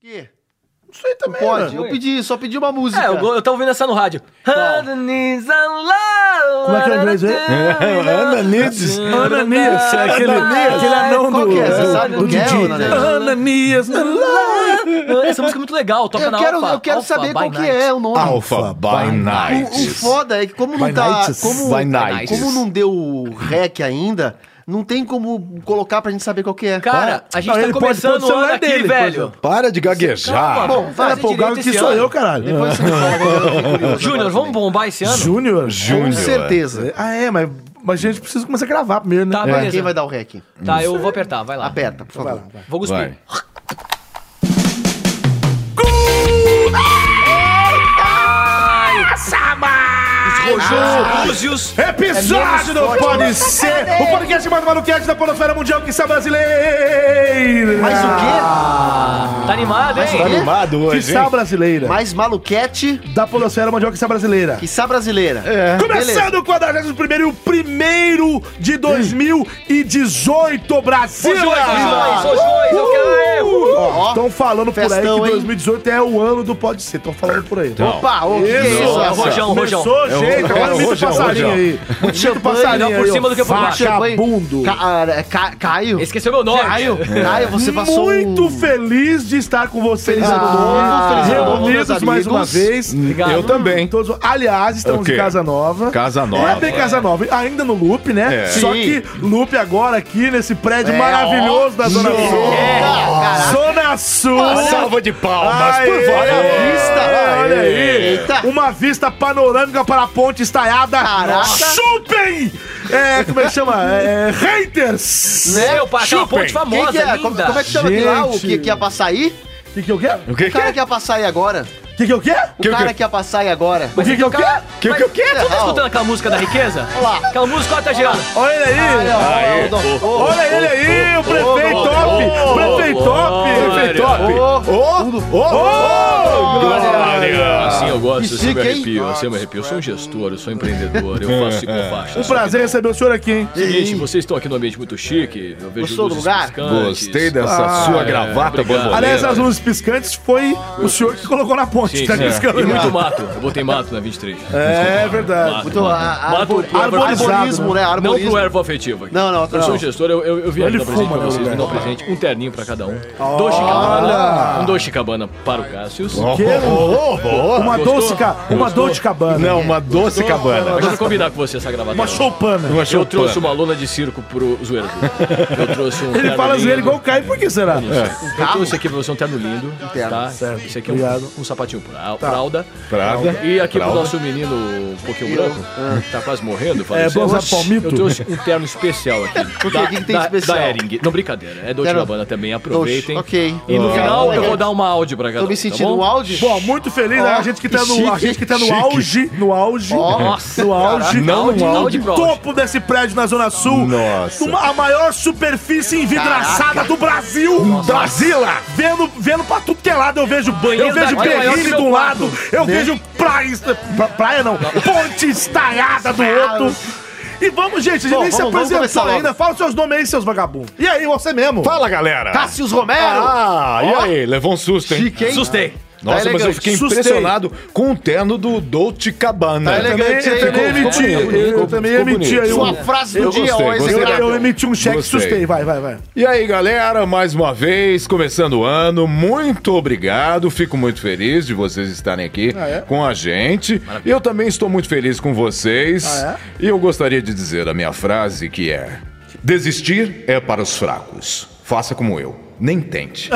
quê? Não sei também, Pode, mano. eu pedi, só pedi uma música. É, eu, go- eu tava ouvindo essa no rádio. Ananias alone. Como é que é em inglês, hein? Ananias. Ananias. É aquele, Ananias. aquele anão Qual do, que é? Você do- sabe do quem é, Didi. né? Ananias? Ananias. Essa música é muito legal, toca Eu na quero, Alpha, eu quero Alpha saber by qual que Night. é o nome. Alpha by O, o Night. foda é que como não By tá. nights. Como, By nights. como não deu rec ainda, não tem como colocar pra gente saber qual que é. Cara, a gente Não, tá ele pode começando o pôr no ano celular aqui, dele, por velho. exemplo. Para de gaguejar. Calma, Ah. Bom, vai. Tá empolgado direito que esse sou ano. eu, caralho. Ah, Depois você me fala, eu fiquei curioso Júnior, agora vamos também. bombar esse ano? Júnior? Júnior. Com certeza. Tá, Ah, é, mas, mas a gente precisa começar a gravar primeiro, né? Tá, é. beleza. Quem vai dar o rec? Tá, eu vou apertar, vai lá. Aperta, por favor. Vou Vai. cuspir. Tá Rojô, Búzios. Episódio É do Pode Ser, o podcast mais maluquiante da Polosfera Mundial que está brasileira. Mais o quê? Ah. Tá animado, Tá hein? animado Que hoje, está hein? brasileira. Mais maluquete Da Polosfera Mundial que está brasileira. e sá brasileira. É. Começando com a 41 e o primeiro de 2018, Brasil! Rojões, rojões, rojões, eu quero... Estão falando por aí que Festão, hein? 2018 é o ano do Pode Ser. Estão falando por aí. Então, Opa, ô, que Isso, que é isso, ó, Rafa? Rojão. Começou, Rojão. gente. É o- é Agora o imita o Rojão, passarinho Rojão. aí. Imita o passarinho melhor aí. por ó. cima do que por baixo. Vagabundo. Ca- é, Ca- Caio. Esqueceu meu nome. Caio, Caio, você passou Muito um- feliz de estar com vocês. Feliz ano novo, feliz ano novo, Reunidos meus mais uma amigos. vez. eu também. Todos- Aliás, estamos Ok. em Casa Nova. Casa É Nova. bem Casa Nova, ainda no loop, né? É. Só Sim. que loop agora aqui nesse prédio É, maravilhoso da Zona Nossa. Sul. Caraca. Zona Sul! Uma salva de palmas, Aê, por favor. Olha a vista! Aê. Olha aí! Eita. Uma vista panorâmica para a ponte estaiada. Caraca. Chupem! É, como é que chama? É, haters! Meu pai, aquela Chupem. Quem ponte famosa, que é? linda. Como, como é que chama aquele lá? O que, Gente. que ia passar aí? O que que eu quero? O que O que cara é? que ia passar aí agora. O que que eu quero? O Que- cara que- que... ia passar aí agora. O que que eu quero? Que o que eu quero? Você tá Não. escutando aquela música da riqueza? Olha lá. Aquela música, olha, tá girando. Olha ele aí! Aê, Ô, ô, Olha ele aí! O prefeito top! Prefeito top! Prefeito top! Ô, ô, ô, Glória! Sim, eu gosto, Que assim eu me chique, hein? arrepio, assim eu me arrepio. Eu sou um gestor, eu sou um empreendedor, eu É, faço ciclofaixa. Um prazer receber o senhor aqui, hein? Seguinte, vocês estão aqui num ambiente muito chique, eu vejo Gostou do luzes lugar? piscantes. Gostei dessa Ah, sua é, gravata obrigado. borboleta. Aliás, as luzes piscantes foi o senhor que colocou na ponte. Sim, tá sim. piscando E lá. muito mato, eu botei mato na 23. É verdade. Muito a- a- Mata arbor- o povo, arborismo, né? Não pro Arborismo. ervo afetivo aqui. Não, não, Eu sou um não. gestor, eu, eu, eu vim Ele aqui dar presente fuma, pra vocês, né, vim dar um Roberto? presente, um terninho pra cada um. Dois chicabana, um dois chicabana para o Cássius. Ô, ô, ô, ô. Uma Gostou? doce, ca... uma Gostou? doce cabana. Não, uma doce cabana. Eu quero combinar com você essa gravata. Uma né? choupana. Uma Eu choupana. trouxe uma lona de circo pro zoeiro. Eu trouxe um Ele terno fala assim, lindo. ele igual cai, por que será? Eu Então, trouxe é aqui pra você um terno lindo, terno, tá? certo. Isso aqui é um, Obrigado. um sapatinho Tá. pra, Pralda. Prada. E aqui pro Prada. nosso menino um pouquinho branco, Ah. que tá quase morrendo, É, assim, faleceu. blusa palmito. Eu trouxe um terno especial aqui. Por quê? O que que tem da, de especial? Da Ering. Não, brincadeira. É Dolce Terno- Gabbana também, aproveitem. Dolce, ok. E no Ah. final eu Legal. vou um dar uma áudio pra galera. Tô me sentindo um tá áudio. Bom, muito feliz, né? a gente que tá no, a gente que tá no Chique. auge, no auge, Ó. Nossa, no auge, Não, no áudio, auge, áudio pro auge. topo desse prédio na Zona Sul, Nossa. Uma- a maior superfície envidraçada do Brasil, Brasília, vendo, vendo pra tudo que é lado, eu vejo banheiro, eu Banheiro vejo daqui é maior berrine que de um meu lado, eu vejo praia, pra- praia não, ponte estaiada do outro. E vamos, gente, a gente Bom, nem se vamos- vamos apresentou começar logo. ainda. Fala os seus nomes aí, seus vagabundos. E aí, você mesmo? Fala, galera. Cássius Romero. Ah, e aí? Levou um susto, hein? Tá Chique, hein? Tá assustei. Nossa, mas eu elegante. fiquei Sustei. impressionado com o terno do Dolce Cabana. Tá Eu elegante. também, eu Ficou- também ficou emiti, bonito, eu ficou- também ficou emiti bonito. aí Sua um- frase do eu dia, gostei, ó, gostei. Eu, eu execrável. emiti um cheque e Gostei. sustei, vai, vai, vai. E aí, galera, mais uma vez, começando o ano, muito obrigado, fico muito feliz de vocês estarem aqui Ah, é? com a gente. Eu também estou muito feliz com vocês. Ah, E eu gostaria de dizer a minha frase que é: Desistir é para os fracos. Faça como eu, nem tente.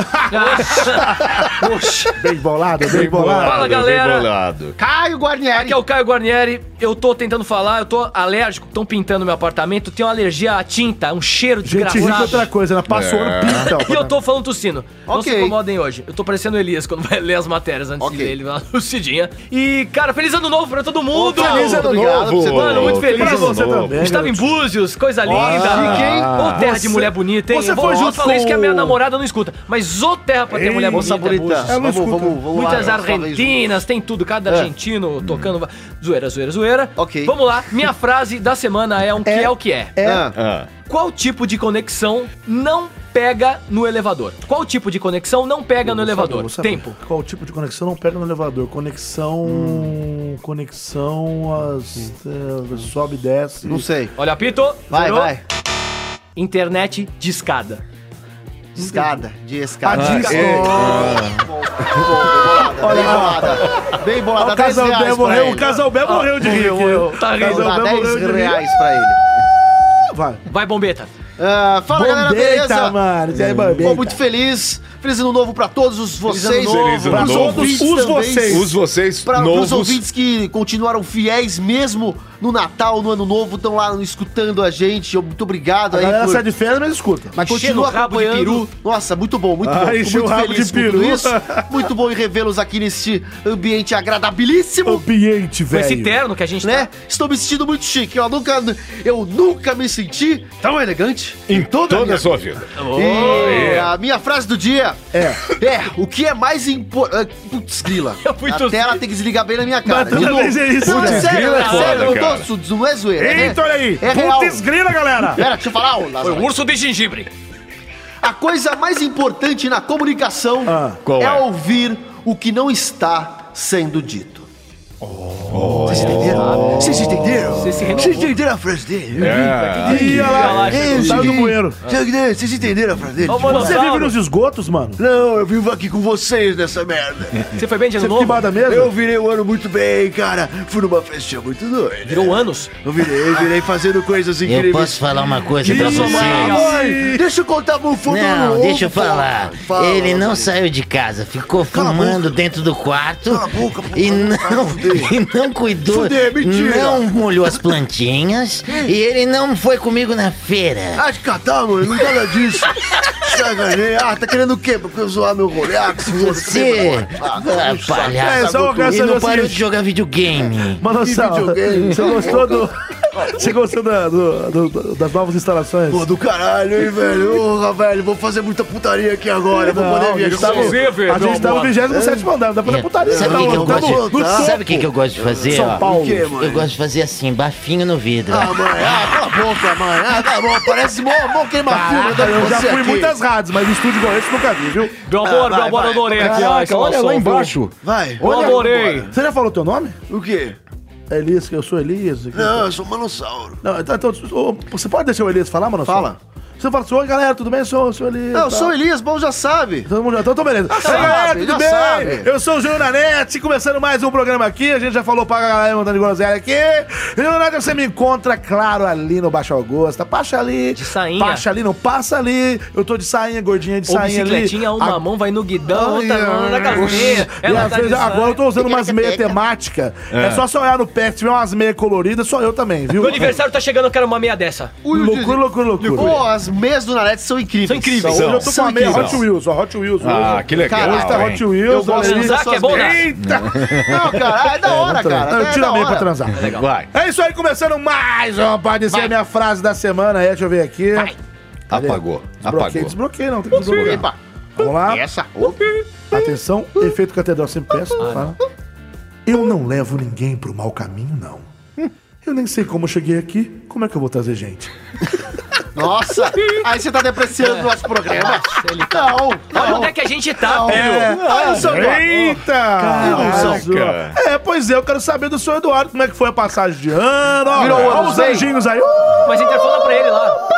Bem bolado, bem Bolado, bolado. Fala, bem galera. bolado. Caio Guarnieri. Aqui é o Caio Guarnieri, eu tô tentando falar, eu tô alérgico, estão pintando meu apartamento, tenho alergia à tinta, um cheiro Gente rica é desgraçado. outra coisa, ela passa o É. ano pinta. ó. E eu tô falando tossindo. Não Ok. se incomodem hoje. Eu tô parecendo o Elias quando vai ler as matérias antes Ok. de ler ele lá no Cidinha. E, cara, feliz ano novo pra todo mundo! Feliz ano Obrigado por novo! você- Mano, muito feliz. Feliz Pra ano você novo. também. Eu estava em Búzios, coisa linda. chique, hein? Ô, terra Você- de mulher bonita, hein? você Eu vou- foi eu junto falei isso com- que a minha namorada não escuta. Mas ô terra pra ter Ei, mulher Moça bonita, bonita. Búzios. Ela não Vamos, vamos, escuta. vamos, vamos Muitas lá. um- argentinas, tem tudo. Cada argentino tocando. va- Zoeira, zoeira, zoeira. Ok. Vamos lá. Minha frase da semana é um que é, o que é. É. Ah, Qual tipo de conexão não pega no elevador? Qual tipo de conexão não pega no elevador? Tempo. Qual tipo de conexão não pega no elevador? Conexão. Hum. Conexão. As, eh, sobe e desce. Não sei. Olha, apito. Vai, Zerou. vai. Internet de escada. Escada, de escada. Ah, é. Bem bolada. Bem bolada. o Casalbé morreu, o Casalbé morreu de rir. Eu, Ah, tá rindo. Dá 10 reais pra ele. Vai. Vai, bombeta. Ah, fala, galera, beleza? Bombeita, mano. Zé Bombeita. Pô, muito feliz. Feliz ano novo pra todos os vocês. ano novo. Feliz ano pra novo. todos os Os também. vocês. Os vocês Para os novos. ouvintes que continuaram fiéis mesmo no Natal, no Ano Novo, estão lá escutando a gente. Muito obrigado A aí. galera por- sai de férias, mas escuta. Mas Cheio continua do rabo acompanhando. de peru. Nossa, muito bom, muito Ah, bom. Fico encheu muito o rabo de com peru. tudo isso. Muito bom em revê-los aqui neste ambiente agradabilíssimo, Ambiente, Com velho. esse terno que a gente né? tá. Estou me sentindo muito chique. Eu nunca, eu nunca me senti tão elegante Em toda, a minha a sua vida. e a minha frase do dia é: É, o que é mais importante. Putz, grila. Eu fui a tossir. tela tem que desligar bem na minha cara. Mas toda vez é isso, Não, né? é sério, Grila é é sério, foda, não cara. tô su- não é zoeira. é- Eita, olha aí. É real. Putz grila, galera. Pera, deixa eu falar, ô, Foi Lázaro. o urso de gengibre. A coisa mais importante na comunicação qual é, é? ouvir o que não está sendo dito. Vocês entenderam? Oh. Vocês entenderam? Você se renovou. Vocês entenderam a frase dele? É. Ih, olha lá. Relaxa, É, Saiu do gente. banheiro. Vocês entenderam? Vocês entenderam a frase dele? Ó, o Você Manossauro. vive nos esgotos, mano? Não, eu vivo aqui com vocês nessa merda. Você foi bem de Você ano fica novo? embaixo da mesa? Eu virei o ano muito bem, cara. Fui numa festinha muito doida. Virou anos. Eu virei, eu virei fazendo coisas Eu incríveis. posso falar uma coisa pra Isso, vocês? mano. Ai, deixa eu contar pro fundo do Não, ovo, deixa eu fala. falar. Fala, Ele não Lázaro. saiu de casa, ficou Cala a boca. fumando dentro do quarto Cala a boca, porra, e vai não fuder. e não cuidou, Fuder, é mentira. não molhou as plantinhas e ele não foi comigo na feira. Ah, de catar, mano, não nada disso. Sacanagem. Ah, tá querendo o quê? Porque eu zoar meu rolê? Ah, que se foda, Você, Ah, ah, saco. É, palhaço, só eu quero e saber não o parou seguinte. de jogar videogame. videogame, Mano, você cala a gostou do. Você gostou da- do- do- das novas instalações? Pô, do caralho, hein, velho? Porra, velho, vou fazer muita putaria aqui agora. Vou poder a gente viajar. tá no- Inclusive, a gente meu tá no amor. 27 andar, não dá pra é dar putaria. É. Sabe tá o que, que eu louco, tá gosto louco. de... no topo. Sabe o que, que eu gosto de fazer? São ó? Paulo. O quê, mano? Eu gosto de fazer assim, bafinho no vidro. Ah, mano, ah, cala a boca, mano. Ah, tá bom, parece mó, mó queima-filme. Caraca, eu já fui em muitas rádios, mas em estúdio igual esse nunca vi, viu? Meu amor, Ah, vai, meu amor, vai. adorei aqui. ó, essa noção, viu? Vai. Eu adorei. Você já falou teu nome? O quê? Elias, que eu sou Elias. que- Não, eu sou um manossauro. Não, então, então, ô, você pode deixar o Elias falar, mano? Fala. Você fala assim, oi galera, tudo bem? Eu sou, eu sou o Elias. Não, eu tá. sou o Elias, bom, já sabe. Todo mundo, então, tô beleza. tá Oi, sabe, galera, já tudo bem? sabe. Eu sou o Júnior Nanete, começando mais um programa aqui. A gente já falou pra galera mandando groselha aqui. Júnior Nanete, você me encontra, claro, ali no Baixo Augusta. Passa ali. De sainha. Passa ali, não passa ali. Eu tô de sainha, gordinha de Ou sainha ali. bicicletinha, uma A- mão vai no guidão, outra mão na casinha. E Ela às tá vezes, de agora eu tô usando umas Pequena meias peteca. temáticas. É. só só olhar no pé, se tiver umas meias coloridas, sou eu também, viu? Meu aniversário tá chegando, eu quero uma meia dessa. Loucura, loucura, loucura. Pô, as meias do Nanete são incríveis. São incríveis. Hoje eu tô com São uma meia incríveis. Hot Wheels, ó, Hot Wheels. Ah, hoje. que legal. Hoje tá hein? Hot Wheels, Eu olha gosto aí. de usar Transar que é bom, né? Eita, Não, cara, é da hora, cara. eu tiro da a meia hora. pra transar. Vai. É isso aí, começando mais uma Pode Ser Vai. a minha frase da semana. É, deixa eu ver aqui. Apagou. Desbloquei, Apagou. desbloquei, não, tem que desbloquear. Vamos lá. Essa. Atenção, efeito catedral sempre peço. fala. Eu não levo ninguém pro mau caminho, não. Eu nem sei como eu cheguei aqui, como é que eu vou trazer gente? Nossa, aí você tá depreciando o nosso É, programa. tá- Não, Olha não. onde é que a gente tá, É, filho. Olha o seu Eita! Caraca. É, pois é, eu quero saber do seu Eduardo, como é que foi a passagem de ano. ó. Virou Ó, anos, os hein? anjinhos aí. Uh! Mas interfona pra ele lá.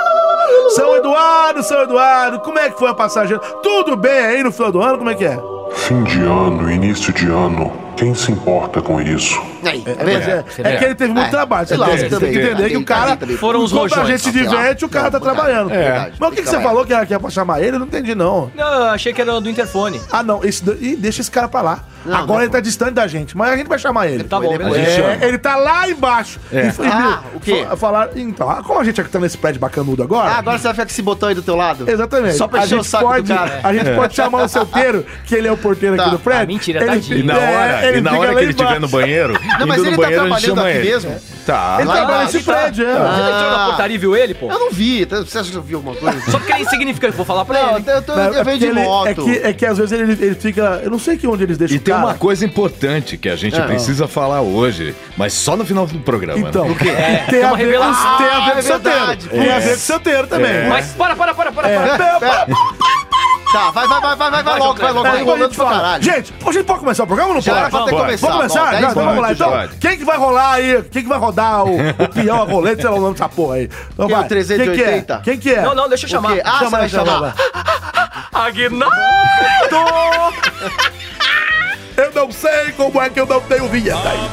São Eduardo, São Eduardo, como é que foi a passagem? Tudo bem aí no final do ano? Como é que é? Fim de ano, início de ano, quem se importa com isso? Aí, tá Pois vendo? é, é que ele teve muito É, trabalho. Você sei lá, tem, ele você tem também, que entender né? que o Ele cara. também, ele- Foram os enquanto a rojões, gente se sei lá. diverte, o cara Não, tá verdade, trabalhando. verdade. Mas o que, que você Trabalha. falou que era que ia pra chamar ele? Eu não entendi, não. Não, eu achei que era do interfone. Ah, não. Esse, da- ih, deixa esse cara pra lá. Agora ele tá distante da gente, mas a gente vai chamar ele. Tá bom, Ele é beleza. É, ele tá lá embaixo. E foi, Ah, viu? o quê? Fa- Falaram, então, ah, como a gente aqui tá nesse prédio bacanudo agora. Ah, agora você vai ficar com esse botão aí do teu lado? Exatamente. Só pra a encher o gente saco do pode, cara. A gente pode chamar o solteiro, que ele é o porteiro Tá. aqui do prédio. Ah, mentira, ele, tadinho. E na é, hora, e na fica hora lá que ele estiver no embaixo. banheiro, Não, mas indo ele no tá banheiro, a gente trabalhando chama aqui ele. mesmo? Tá. Lá trabalha embaixo. nesse prédio, é. Você não entrou na portaria e viu ele, pô? Eu não vi, tá? você acha que eu vi alguma coisa? Só porque é insignificante, vou falar pra Não, ele. eu, eu, tô- Não, eu venho porque de ele- moto. É que, é que às vezes ele, ele fica. Eu não sei que onde eles deixam E o tem uma cara. coisa importante que a gente precisa falar hoje, mas só no final do programa. Então, né? É, tem, a uma ver, revelação. tem a ver com Ah, o é santeiro. verdade. É. Tem a ver com o santeiro também. É. Mas para, para, para, para, para. É. Tá, vai, vai, vai, vai, vai, vai logo, vai logo, Mas vai depois a enrolando gente pra fala. caralho. Gente, a gente pode começar o programa ou não Já pode? era pra ter Vamos. começado, Vamos ó, começar? dez Já, então vamos lá. minutos, Então, pode. quem que vai rolar aí? Quem que vai rodar o, o peão, a roleta, sei lá o nome dessa porra aí? Então, Quem é o vai. Quem que 380? é? Quem que é? Não, não, deixa eu O chamar. quê? Ah, você vai chamar. Aguinaldo! Eu não sei como é que eu não tenho vinheta aí.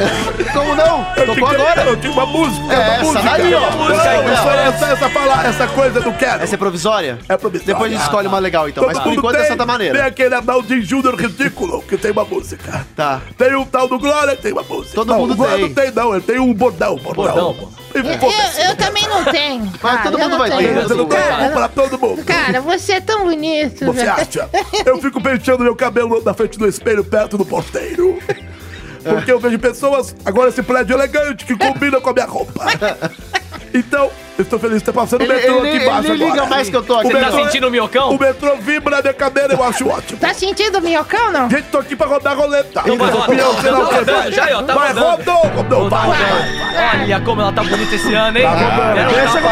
Como não? É Tocou Ah, agora? Eu tinha uma música. É uma essa música. daí, ó. Não, Música aí, essa, não. essa, essa, fala- essa coisa eu não quero. Essa é provisória? É provisória. Depois a gente escolhe uma legal, então. Mas por mundo enquanto é Santa Tem Maneira. aquele Arnaldinho Júnior ridículo, que tem uma música. Tá. Tem o tal do Glória, que tem uma música. Todo Não, mundo o Glória tem. não tem, não. Ele tem um bordão. Bordão, Bordão, pô. E foda-se. Eu, eu também não tenho. Mas todo eu mundo não vai tenho. ter. Você não quer um pra todo mundo. Cara, você é tão bonito, Você velho. acha? Eu fico penteando meu cabelo na frente do espelho, perto do porteiro. Porque eu vejo pessoas, agora esse prédio é elegante que combina com a minha roupa. Então, eu estou feliz de ter passado o Ele- metrô ele- aqui embaixo. ele liga agora. mais que eu tô aqui. O Você Tá metrô- sentindo o minhocão? O metrô vibra na minha cadeira, eu acho ótimo. Tá sentindo o minhocão, não? Gente, tô aqui pra rodar roleta. vai Então, rodar. peão, sei lá o Tá que, rodando, vai. já, ó, tá Vai, rodando. rodou, rodou, vai. vai. Olha como ela tá bonita esse ano, hein? Ela Deixa tava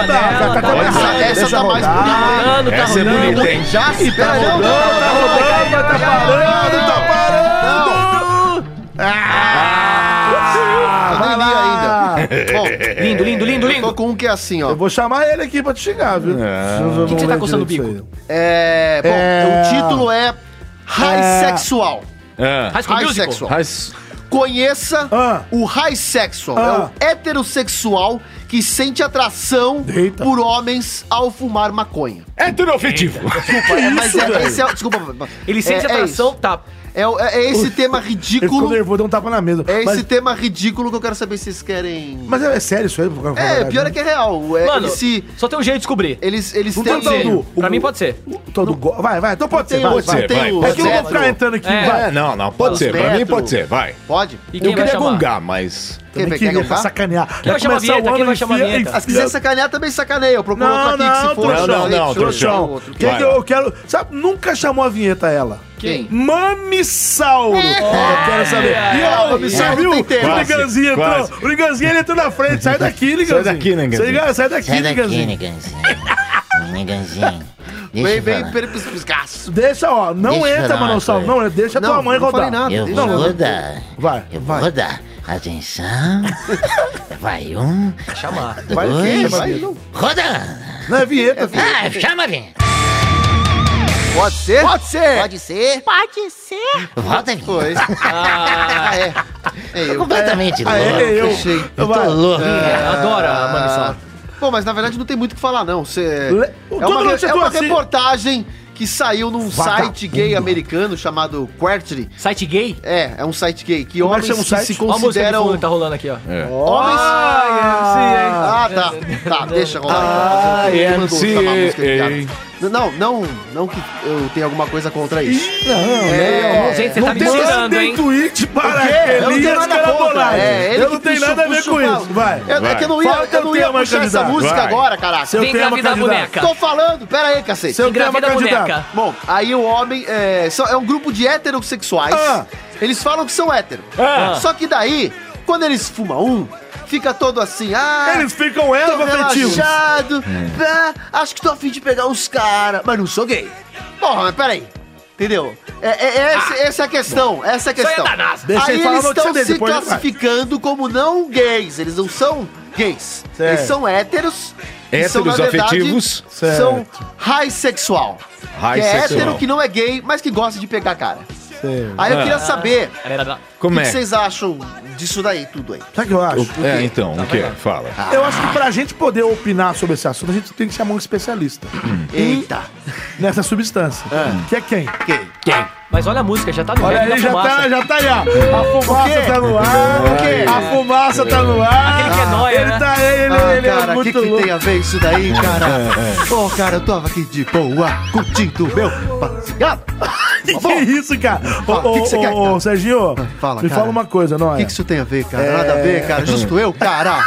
rodar, nela, vai, tá tá começando. Essa, essa Deixa tá mais rodar. bonita. rodando, tá Essa é rodando. bonita, hein? Já se pera, não, não, Tá não, não. rodando, tá parando, tá parando. Eu vai nem li lá. ainda. Bom, Lindo, lindo, lindo, É, eu tô lindo. com um que é assim, ó. Ah! Eu vou chamar ele aqui pra te xingar, viu? O que você tá coçando o bico? É. Bom, É. o título é High É. Sexual. É. High School High Musical. Sexual. Mas Conheça Ah. o high sexual, Ah. é o heterossexual que sente atração Eita. por homens ao fumar maconha. é tudo afetivo. Desculpa, é, mas é, esse é, o- desculpa, Ele sente é, é atração, isso. tá. É, o- é- é esse tema Ele ficou ridículo. nervoso, deu um tapa na mesa. É esse mas, tema ridículo que eu quero saber se vocês querem. mas é, é sério isso aí? é, né? pior é que é real. É, Mano, eles se. só tem um jeito de descobrir. Eles, eles Não têm. pode ser. Não O- Pra mim pode ser. Todo go... Vai, vai, então pode ser, tem vai, o- pode vai. ser, vai, tem o pode É que eu não vou hétero. ficar entrando aqui, É. vai. É, não, não, pode ser. Pra mim Metro. pode ser, vai. Pode? E quem Eu vai queria chamar? gongar, mas. Quem Também quer queria pra ganhar? sacanear. vai chamar a Começar o vinheta? ano Quem vai e chamar a enfia- vinheta? enfia- Se quiser sacanear, também sacaneia. Eu procuro Não, outro aqui que não, se for. trouxão. Não, não, trouxão. não, Trouxão. Outro. Quem Vai. que eu quero... Sabe, nunca chamou a vinheta ela. Quem? Mamissauro. Eu quero saber. E ó, você Mamissauro viu? tem tempo. O Liganzinho Quase, entrou. O Liganzinho ele entrou na frente. Sai daqui, Liganzinho. daqui, Liganzinho. Sai daqui, Sai daqui, Sai daqui, Liganzinho. neganzinho. Neganzinho. Deixa Vem, eu vem, falar. piscaço. Deixa, ó. Não Deixa eu entra, falar uma Manossauro. coisa. Não, deixa Não, tua mãe eu não rodar. falei nada. Eu Não, vou rodar. Vai, Eu vou vai. rodar. Atenção. Vai um. Chamar. Vai, Dois. vai, Roda! Não é vinheta, filho. Ah, chama, vinha! Pode ser? Pode ser. Pode ser? Pode ser. Roda, vinha! Foi. Ah, é. É Tô eu. Então completamente Ah, louco. é, eu. Achei. Eu tô Vai. louco. Adora a Ah, Mamissauro. Bom, mas na verdade não tem muito o que falar, não. Você Le- é Todo uma, mundo re- já é tá uma assim. reportagem que saiu num Vagabundo. site gay americano chamado Quarterly. Site gay? É, é um site gay que Como é homens que chama o que site? se Olha a música de Um consideram... fundo que tá rolando aqui, ó. Homens... Ah, Ah, tá. Tá, deixa rolar. Ah, é Quem mandou assim, MCA. chamar a música de piada? Não, não, não que eu tenha alguma coisa contra isso. é, É, Gente, você não tá me tem- tirando, mandem hein? tweet para Eu não tenho Elias nada contra. Carabolade. É, ele eu que não tenho puxou- nada a ver puxou com pra- isso. Vai. Eu- É Vai. que eu não ia, Fala eu não ia teu tema, puxar essa candidato. música Vai. agora, caraca. Seu Vem tema, engravidar a candidato. boneca. Tô falando, pera aí, cacete. Seu tema, Engravida a candidato. boneca. Bom, aí o homem. É, são- é um grupo de heterossexuais. Ah. É. Eles falam que são hétero. Só que daí, quando eles fumam um, fica todo assim, ah. Eles ficam tô heteroafetivos. relaxado. É. ah, acho que tô afim de pegar uns caras. Mas não sou gay. Porra, mas peraí. Entendeu? É, é- é Ah. essa, essa é a questão. Essa é a questão. danado. Deixa ele aí falar a eles notícia estão dele, se depois ele vai. classificando como não gays. Eles não são gays. Eles Certo. são héteros. e são, Héteros na verdade, afetivos. São high sexual. High que é sexual. hétero que não é gay, mas que gosta de pegar cara. Aí eu queria saber o Ah. Como que, que é? vocês acham disso daí, tudo aí. Sabe o que eu acho? É, então, o quê? Fala. Eu acho que pra gente poder opinar sobre esse assunto, a gente tem que chamar um especialista Hum. Eita. nessa substância. Que é quem? Quem? Quem? Mas olha a música, já tá no Olha meio da aí, já tá, fumaça. já tá aí, ó. A fumaça quê? tá no ar. O quê? A fumaça tá no ar. Aquele que é nóia, Ele né? tá aí, ele, Ah, ele cara, é o que, muito que louco. tem a ver isso daí, É, cara? Pô, cara, eu tava aqui de boa, curtindo meu passeado. que, que é isso, cara? Ô, Fala, ô, que que você quer, ô, cara? ô, Serginho, Fala, me cara. fala uma coisa, não O é? que, que isso tem a ver, cara? Nada a ver, cara. Justo eu, cara.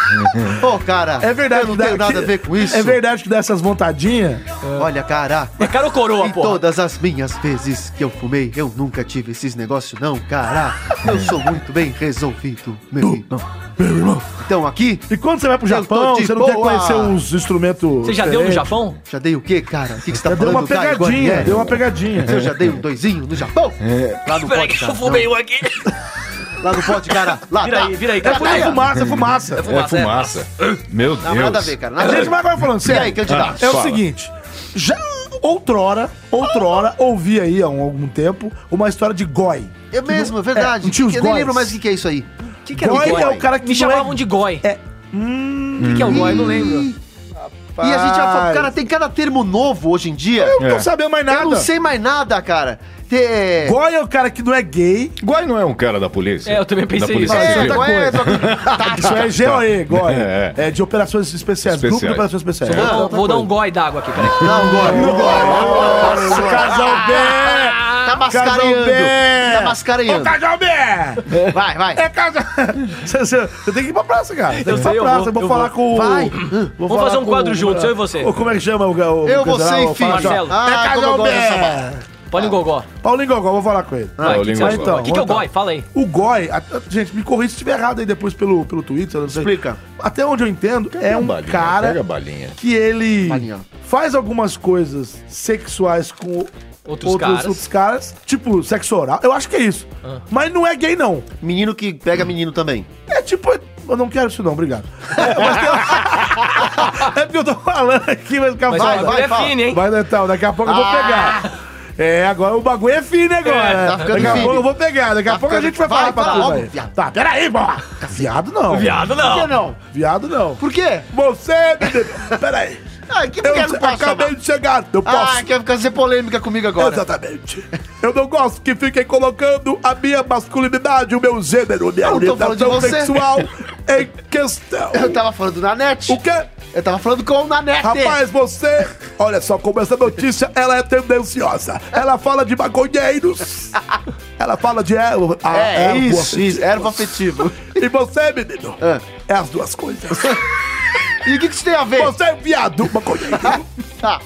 Ô, cara. É verdade Eu não que dá- tenho nada a ver com isso. É verdade que dá essas vontadinhas? Olha, cara. É cara ou coroa, Em pô? todas as minhas vezes que eu fumei, eu nunca tive esses negócios, não, cara. Eu sou muito bem resolvido, meu irmão. É. Meu irmão. Então aqui, E quando você vai pro Eu tô Japão, de você não quer boa. conhecer os instrumentos. Você já deu no diferentes? Japão? já dei o quê, cara? é? O que, que você tá Já deu falando, uma Caio pegadinha, Guarnieri? deu uma pegadinha. Eu já dei um doisinho no Japão? É. Lá não pode, cara. fumei um aqui. Não. Lá não pode, cara. Lá Vira tá. aí, vira aí. É Cara, fumaça, é fumaça, é tá fumaça. É fumaça. Meu Não, nada a ver, Deus. cara. A Nada a gente ver. vai agora falando E sério. aí, candidato? É o Fala. seguinte, já outrora, outrora, ouvi aí há um- algum tempo uma história de goi. Eu mesmo, é verdade. É, um tio eu nem góis. lembro mais o que, que é isso aí. que, que é Goi goi? é o cara que Me não é- chamavam de goi. É. Hum. O que, que é o goi? Não lembro. Ih, E a gente já falou, cara, tem cada termo novo hoje em dia. É. Eu Não sabia mais nada. não sei mais nada, cara. Te... Goi é o cara que não é gay. Guai não é um cara da polícia? É, eu também pensei da polícia isso. Civil. É, qual é? Isso Tá. é GOE, goi. É, É, de operações especiais, grupo de Especiais. operações especiais. Ah, Vou, Ah, dar um- outra vou dar um coisa. goi d'água aqui, peraí. Não, Goi. Não, Nossa, casal B! Tá Casal mascareando. Tá B! Ô, mascareando. casal B! Vai, vai. É casa. Você, você- você tem que ir pra praça, cara. Tem que ir Eu pra sei, eu praça. vou, Eu vou eu falar com o. Hum, Vai. Vou Vamos falar fazer um com quadro o- juntos, eu e você. Ô, como é que chama o. o Eu, coisa lá, você e o filho. Fala, Marcelo. É Ah, como eu casal gosto dessa B! Pode um gogó. Paulinho Gogol, vou falar com ele. Ah, Vai, eu o que, que, você lembro acha? agora. O que, que é o Então, goi? Fala aí. O Goi, a- a- gente, me corrija se estiver errado aí depois pelo, pelo Twitter, eu não sei. Explica. Até onde eu entendo, é Pega a um balinha, Pega a cara balinha. que ele Balinha. faz algumas coisas sexuais com Outros caras. Ah. outros caras, tipo sexo oral. Eu acho que é isso. Mas não é gay, não. Menino que pega menino também. É tipo, eu não quero isso não, obrigado. É, mas tem- é porque eu tô falando aqui, mas fica Mas vai, ó, vai, Ah. ele é fala. fino, hein? Mas então, daqui a pouco eu vou pegar. É, agora o bagulho é fino agora. né? tá ficando daqui a fino. pouco eu vou pegar, daqui a Tá pouco a ficando- gente vai, vai, falar pra fala tudo logo, aí. viado. Tá, peraí, porra. Viado não. Viado não. Por que não? Viado Ah, não. Por quê? Você, menino. Peraí. Ah, que Eu mulher não passa, acabei mano? de chegar. Eu posso. Ah, quer fazer polêmica comigo agora. Exatamente. Eu não gosto que fiquem colocando a minha masculinidade, o meu gênero, minha Eu não tô falando de orientação você. sexual em questão. Eu tava falando na net. O quê? Eu tava falando com o Nanete. Rapaz, você. Olha só como essa notícia ela é tendenciosa. Ela fala de maconheiros. Ela fala de erva. a- é, erva isso, isso, afetiva. erva afetivo. E você, menino? Ah. É as duas coisas. E o que, que isso tem a ver? Você é um viado, maconheiro. Ah,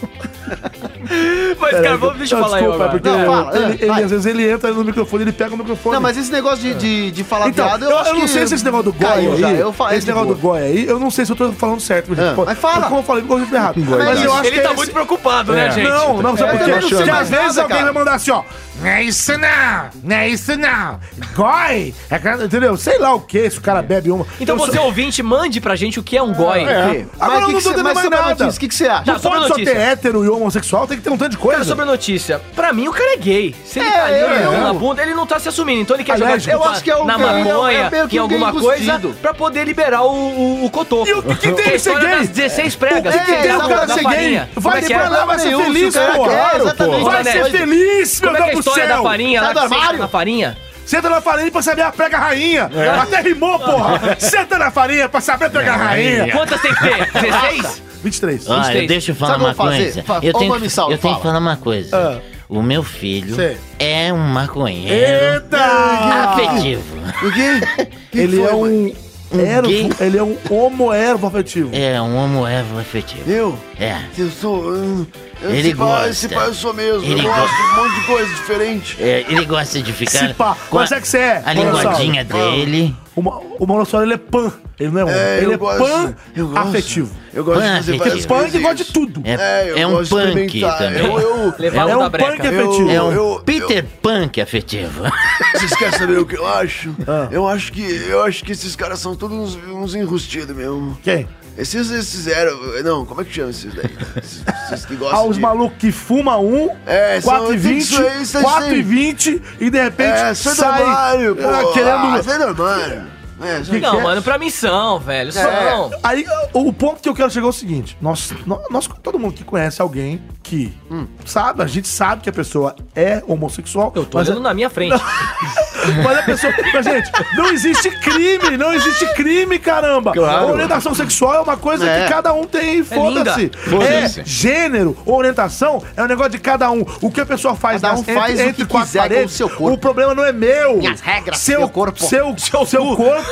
Mas, cara, vamos- deixa eu Não, falar aí desculpa, é agora. porque Não, fala, ele, ah, ele- vai. às vezes ele entra no microfone, ele pega o microfone. não, mas esse negócio de, de, de falar Então, piada, eu, eu acho não que sei se esse negócio do goi caiu já, aí, eu fa- é esse de negócio boa. do goi aí, eu não sei se eu tô falando certo. gente. Ah, Pô, mas fala. Como eu falei, como eu falei errado. mas eu acho Ele que tá é muito preocupado, né, gente? Não, não, sabe É, eu por quê? também não sei Porque mais às vezes nada, alguém cara. vai mandar assim, ó. Não é isso não! Não é isso não! Goi! É cara- entendeu? Sei lá o que, se o cara bebe uma. Então Eu você, sou- ouvinte, mande pra gente o que é um goi. O quê? Agora mas eu que não que tô cê- entendendo mas mais sobre a nada. notícia, O que, que você acha? Tá, Não pode só ter notícia. hétero e homossexual, tem que ter um tanto de Cara, coisa. sobre a notícia. Pra mim, o cara é gay. Se ele tá ali eu- olhando eu- na bunda, ele não tá se assumindo. Então ele quer Aliás, jogar eu na- acho que é um- na é- é- é maconha, meio que em um gay alguma coisa, enrustido. pra poder liberar o, o, o cotoco. E o que que é tem a ser história gay? das 16 pregas. O que que tem da- o cara da ser farinha. gay? Como é Vai que pra é? lá, vai ser Nenhum, feliz, se o cara pô! quer, Claro, pô! exatamente. Vai ser Exatamente. feliz, meu Como é que é a Deus do história da céu! farinha? Sai Lá do que você armário. entra na farinha? Senta na farinha pra saber a prega rainha. É. Até rimou, porra. Senta na farinha pra saber a prega rainha. Quantas tem que ter? 16? 23. Olha, Gostei. deixa eu falar Sabe o uma que eu vou fazer? coisa. Fa- Eu Ô, tenho, Mami Saulo, eu tenho fala. Ah. que falar uma coisa. O meu filho Sei. é um maconheiro Eita! afetivo. O quê? Que Ele foi, é mãe? um gay. ervo, ele é um homoervo afetivo. É um homo evo afetivo. Eu? É. Eu sou... hum, Eu, Ele se pá, gosta. se pá, eu sou mesmo. Ele eu gosto de um monte de coisa diferente. É, ele gosta de Se ficar pá, com a, mas é que você é. a linguadinha Manossauro. dele. O, ma- o Monossauro, ele é pan. Ele não é um. É, eu ele é gosto. pan Eu gosto. afetivo. Eu gosto de Pan fazer afetivo. várias Pan coisas. que gosta de tudo. É, É, eu é um gosto de punk experimentar. também. Eu, eu, Levar É o da um punk breca. afetivo. É um eu- Peter Punk afetivo. Vocês querem saber o que eu acho? Eu acho que eu acho que esses caras são todos uns, uns enrustidos mesmo. Quem? Esses, esses eram. Não, como é que chama esses daí? Esses, esses que gostam. Ah, os de- malucos que fuma um, É, são- 4 e 20, isso aí, isso aí, 4 e sim. 20 e de repente É, sai do sai armário, pô. ah, querendo... Ah, sai do armário. É, sai- Não, mano, pra mim são, velho. São. Aí, o ponto que eu quero chegar é o seguinte: nós, nó- nós, todo mundo que conhece alguém que sabe, a gente sabe que a pessoa é homossexual. Hum. Eu tô mas olhando na minha frente. Mas a pessoa. Mas, gente, não existe crime, não existe crime, caramba. Orientação sexual é uma coisa É. que cada um tem, foda-se. linda. É, Foda-se. gênero, orientação é um negócio de cada um. O que a pessoa faz Cada um nas- faz o que quatro quiser com o seu corpo. O problema não é meu. Minhas regras, seu meu corpo. Seu, seu, corpo.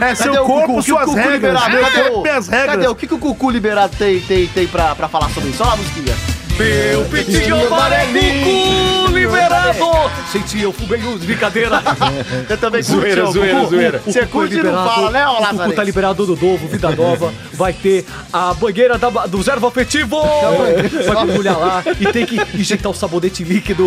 É seu corpo, Cucu? que o suas Cucu regras. liberado? Meu Cadê corpo, o- minhas Cadê regras. o que, que o Cucu liberado tem, tem, tem pra, pra falar sobre isso? Olha lá a musiquinha. Meu pitinho amarelinho liberado! Senti, eu fumei os brincadeira. Eu também curti, Zoeira, ó, zoeira, Cucu. zoeira. Você curte e não fala, né, ô O Cucu tá Lazarento? liberado do novo, vida nova. Vai ter a banheira da, ba- do servo afetivo! Vai mergulhar lá e tem que injetar o sabonete líquido.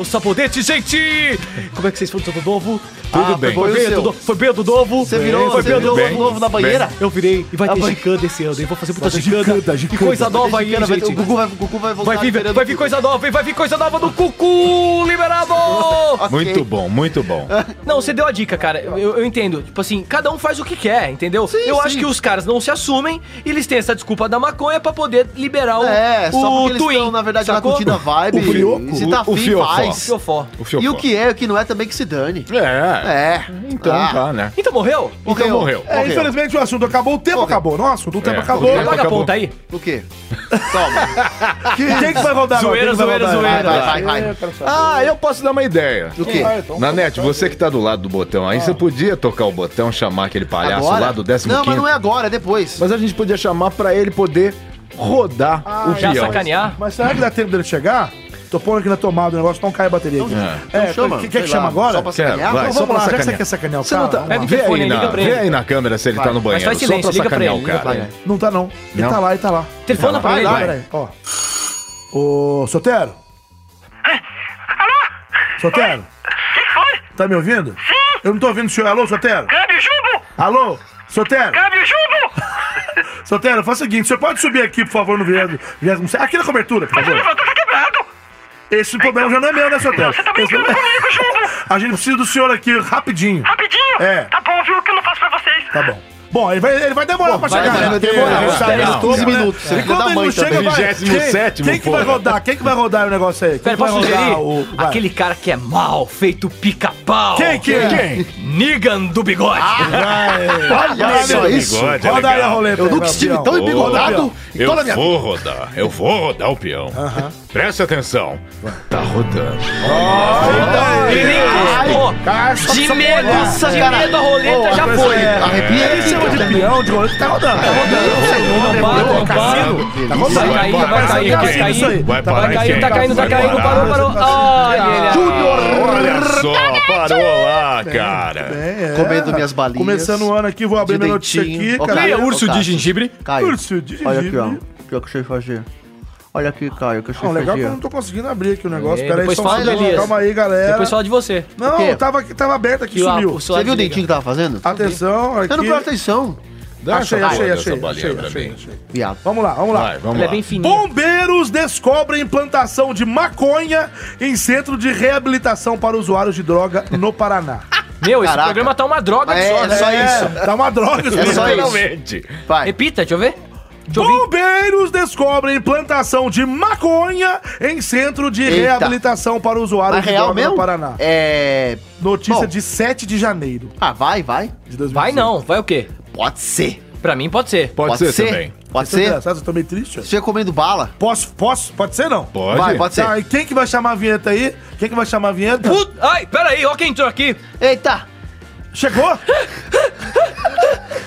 O sabonete, gente! Como é que vocês foram do novo? Tudo bem. Foi Foi o bem, seu. do, foi bem do novo. Você virou, foi você bem do virou novo. o novo na banheira? Eu virei e vai Ah, ter vai- gicanda esse ano, hein? Vou fazer muita gicanda. gicanda, E gicanda. coisa nova aí, Gicana, vai ter- gente. né, O Cucu vai, o Cucu vai voltar. Vai vir, liberando vai o vir Cucu. coisa nova, hein? Vai vir coisa nova do Cucu Liberado! Ok. Muito bom, muito bom. Não, você deu a dica, cara. Eu, eu entendo. Tipo assim, cada um faz o que quer, entendeu? eu acho que os caras não se assumem e eles têm essa desculpa da maconha pra poder liberar o, É, só o porque eles estão, na verdade, na curtida vibe. O Fioco, Se tá o- o afim, Fiofó. faz. Fiofó. O fiofó. E o que é e o que não é também que se dane. É. É. Então Ah, tá, né? Então morreu? Então morreu. É, infelizmente o assunto acabou, o tempo acabou. Não, o assunto, o tempo É, acabou. ok. Paga a acabou. ponta aí. O quê? Toma. Quem que vai rodar agora? Zoeira, Quem que vai zoeira, rodar? zoeira. Vai, vai, É, vai. Ah, eu posso dar uma ideia. O quê? então. Então Nanete, você que tá do lado do botão aí, você podia tocar o botão, chamar aquele palhaço lá do 15 Não, mas não é agora, é depois. Mas a gente podia chamar pra ele poder rodar o Já peão. sacanear? Mas será que dá tempo dele chegar? Tô pondo aqui na tomada o negócio, não cai a bateria aqui. Então chama, É, Quer que sei lá, chama agora? Só pra Ah, Quer, sacanear? vai, Então só vamos lá, pra já que você sacanear. quer sacanear o Você não cara, tá... vamos lá. Vê telefone, aí, na... liga pra Vê ele. aí na câmera se ele tá no banheiro. faz só silêncio, pra liga pra sacanear ele, o liga cara. pra ele. Não tá não. Ele é, Não? tá lá, ele tá lá. Telefona pra Vai ele. lá, vai. Peraí, ó. Ô, Sotero. Alô? Sotero. Tá me ouvindo? Sim. Eu não tô ouvindo o senhor. Alô, Sotero? Câmbio jumbo! Alô? Sotero? Câmbio jumbo! Sotero, faz o seguinte, você pode subir aqui, por favor, no viés- viés... Aqui na cobertura, por Meu favor. motor tá quebrado! Esse problema já não é meu, né, Sotero? Você tá brincando Esse- comigo, jumbo! A gente precisa do senhor aqui, rapidinho. Rapidinho! É. Tá bom, viu? Que eu não faço pra vocês. Tá bom. Bom, ele vai, ele vai demorar pra vai chegar. demorar, vai demorar. Ele sabe, Espera, ele não, toma, 15 né? minutos. Você E fica da quando ele mãe não chega, também. vai... 27º, Quem, quem que vai porra. rodar? Quem que vai rodar o negócio aí? Quem Pera, que vai posso sugerir? rodar o- vai. Aquele cara que é mal feito pica-pau. Quem que é? Nigan do bigode. Olha só isso. Bigode, é Roda aí a legal. roleta. Eu aí, nunca vai, estive peão. tão embigodado Ô, em toda a Eu minha vida. vou rodar, eu vou rodar o peão. Presta atenção. Tá rodando. Ele- Pô, de medo, de cara. medo a roleta Ô, já mas foi. é- Arrepia Ele chama de peão, de roleta, tá rodando. Tá rodando. Roubado, roubado. Tá Delícia. Vai cair, vai cair, vai Vai cair. cair, Vai Tá parar em caindo, quem? tá caindo, tá Vai caindo. parar? Parou, parou. Ah, É, Olha. Olha só, parou lá, cara. É, é. Comendo minhas balinhas. Começando o ano aqui, vou abrir De minha notícia dentinho. aqui, Ó, cara. Caio, ó, Caio. gengibre. Caio, Urso de olha aqui, ó. gengibre. O que é que você fazer? Olha aqui, Caio, o que você Não, legal que eu fazer? não tô conseguindo abrir aqui o negócio. É, Pera aí, depois só um fala, segundo, Elias. Calma aí, galera. é. Depois fala de você. O quê? Não, tava, tava aberto aqui, Que o- sumiu. o é celular Você viu o desliga. dentinho que tava fazendo? Atenção, aqui. um Eu não presta atenção, Achei, essa achei, porra achei, dessa balinha achei, pra achei, mim. achei. viado. Vamos lá, vamos lá. Vai, vamos Ele é lá. bem fininho. Bombeiros descobrem plantação de maconha em centro de reabilitação para usuários de droga no Paraná. Meu, esse Caraca. programa tá uma droga É, de só. é só isso. Dá uma droga, É só isso. Finalmente. Vai. Repita, deixa eu ver. Deixa eu ouvir. Bombeiros descobrem plantação de maconha em centro de Eita. reabilitação para usuários Na de real droga mesmo? no Paraná. É. Notícia Bom. de 7 de janeiro Ah, vai, vai. de 2020. Vai não, vai o quê? Pode ser. Pra mim pode ser. Pode, ser, também. Pode Você ser. tá eu tô meio triste. ó. Você comendo bala? Posso, posso? Pode ser não? Pode. Vai, pode Tá, ser. e quem que vai chamar a vinheta aí? Quem que vai chamar a vinheta? Put... Ai, pera aí, ó quem entrou aqui. Eita! Chegou?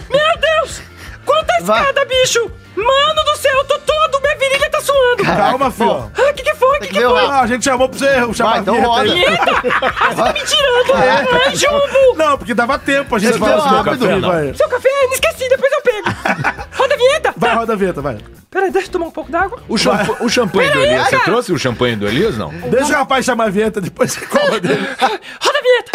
Meu Deus! Quanta Vai. escada, bicho! Mano do céu, eu tô todo, minha virilha tá suando. Calma, pô. filho. Ah, que que foi? Que que que ver o foi? rabo. Ah, a gente chamou pra você chamar Vai, a então vinheta aí. roda. Eita! Ah, você tá me tirando! é. Ai, Jumbo! Não, porque dava tempo a gente Você falar deu sobre o rápido, café, não. vai. Seu café, é não esqueci, depois eu pego. Roda a vinheta. Vai, roda a vinheta, vai. Pera aí, deixa eu tomar um pouco d'água. O, champa- o champanhe do Elias, você trouxe o champanhe do Elias, não? Deixa o rapaz chamar a vinheta, depois você cobra dele. Roda a vinheta.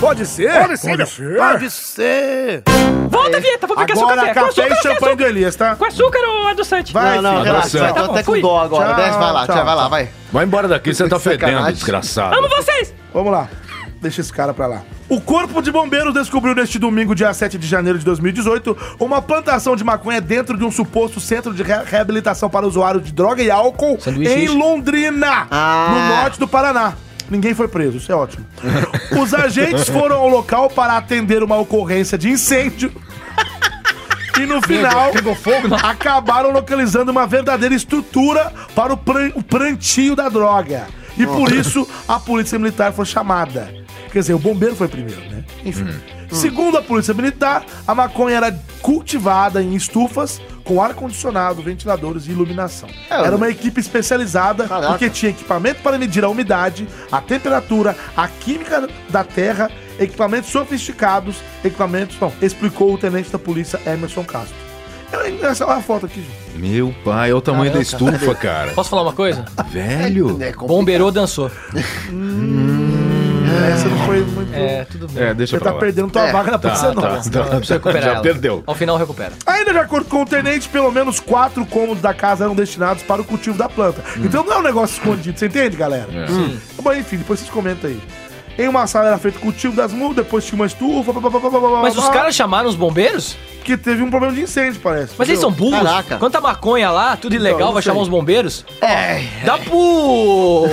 Pode ser? Pode ser. Pode ser. Volta a vinheta, vou pegar seu Agora, café. Com café e açúcar, sem champanhe do açúcar. Elias, tá? Com açúcar ou adoçante? Vai, Não, não, filho. relaxa. Vai, Tá tô bom, até com fui. dó agora. Tchau, Desce, vai lá, tchau, tchau, vai lá, tchau. vai. Vai embora daqui, você tá Sacanagem. fedendo, desgraçado. Amo vocês! Vamos lá. Deixa esse cara pra lá. O Corpo de Bombeiros descobriu neste domingo, dia 7 de janeiro de 2018, uma plantação de maconha dentro de um suposto centro de re- reabilitação para usuários de droga e álcool em Londrina, Ah. no norte do Paraná. Ninguém foi preso, isso é ótimo. Os agentes foram ao local para atender uma ocorrência de incêndio. E no final, acabaram localizando uma verdadeira estrutura para o, pran- o plantio da droga. E por isso, a polícia militar foi chamada. Quer dizer, o bombeiro foi primeiro, né? Enfim. Segundo a polícia militar, a maconha era cultivada em estufas com ar-condicionado, ventiladores e iluminação. Era uma equipe especializada porque tinha equipamento para medir a umidade, a temperatura, a química da terra, equipamentos sofisticados, equipamentos... Não, explicou o tenente da polícia Emerson Castro. Eu- Essa olha a foto aqui, gente. Meu pai, olha o tamanho da estufa, cara. Posso falar uma coisa? Velho. Bombeirou dançou. Essa não foi muito... É, tudo bem. É, deixa Você eu pra tá lá. perdendo tua É, vaga na Tá, polícia não. né? tá, tá. Precisa recuperar Já ela. perdeu. Ao final recupera. Ainda de acordo com o tenente, pelo menos quatro cômodos da casa eram destinados para o cultivo da planta. Hum. Então não é um negócio escondido, você entende, galera? É. Sim. Tá Bom, enfim, depois vocês comentam aí. Em uma sala era feito o cultivo das mudas, depois tinha uma estufa, blá, blá, blá, blá, blá, blá, Mas blá, os caras chamaram os bombeiros? Que teve um problema de incêndio, parece. Mas eles são burros? Caraca. Quanta maconha lá, tudo ilegal, não vai sei. chamar os bombeiros? É. Dá pro.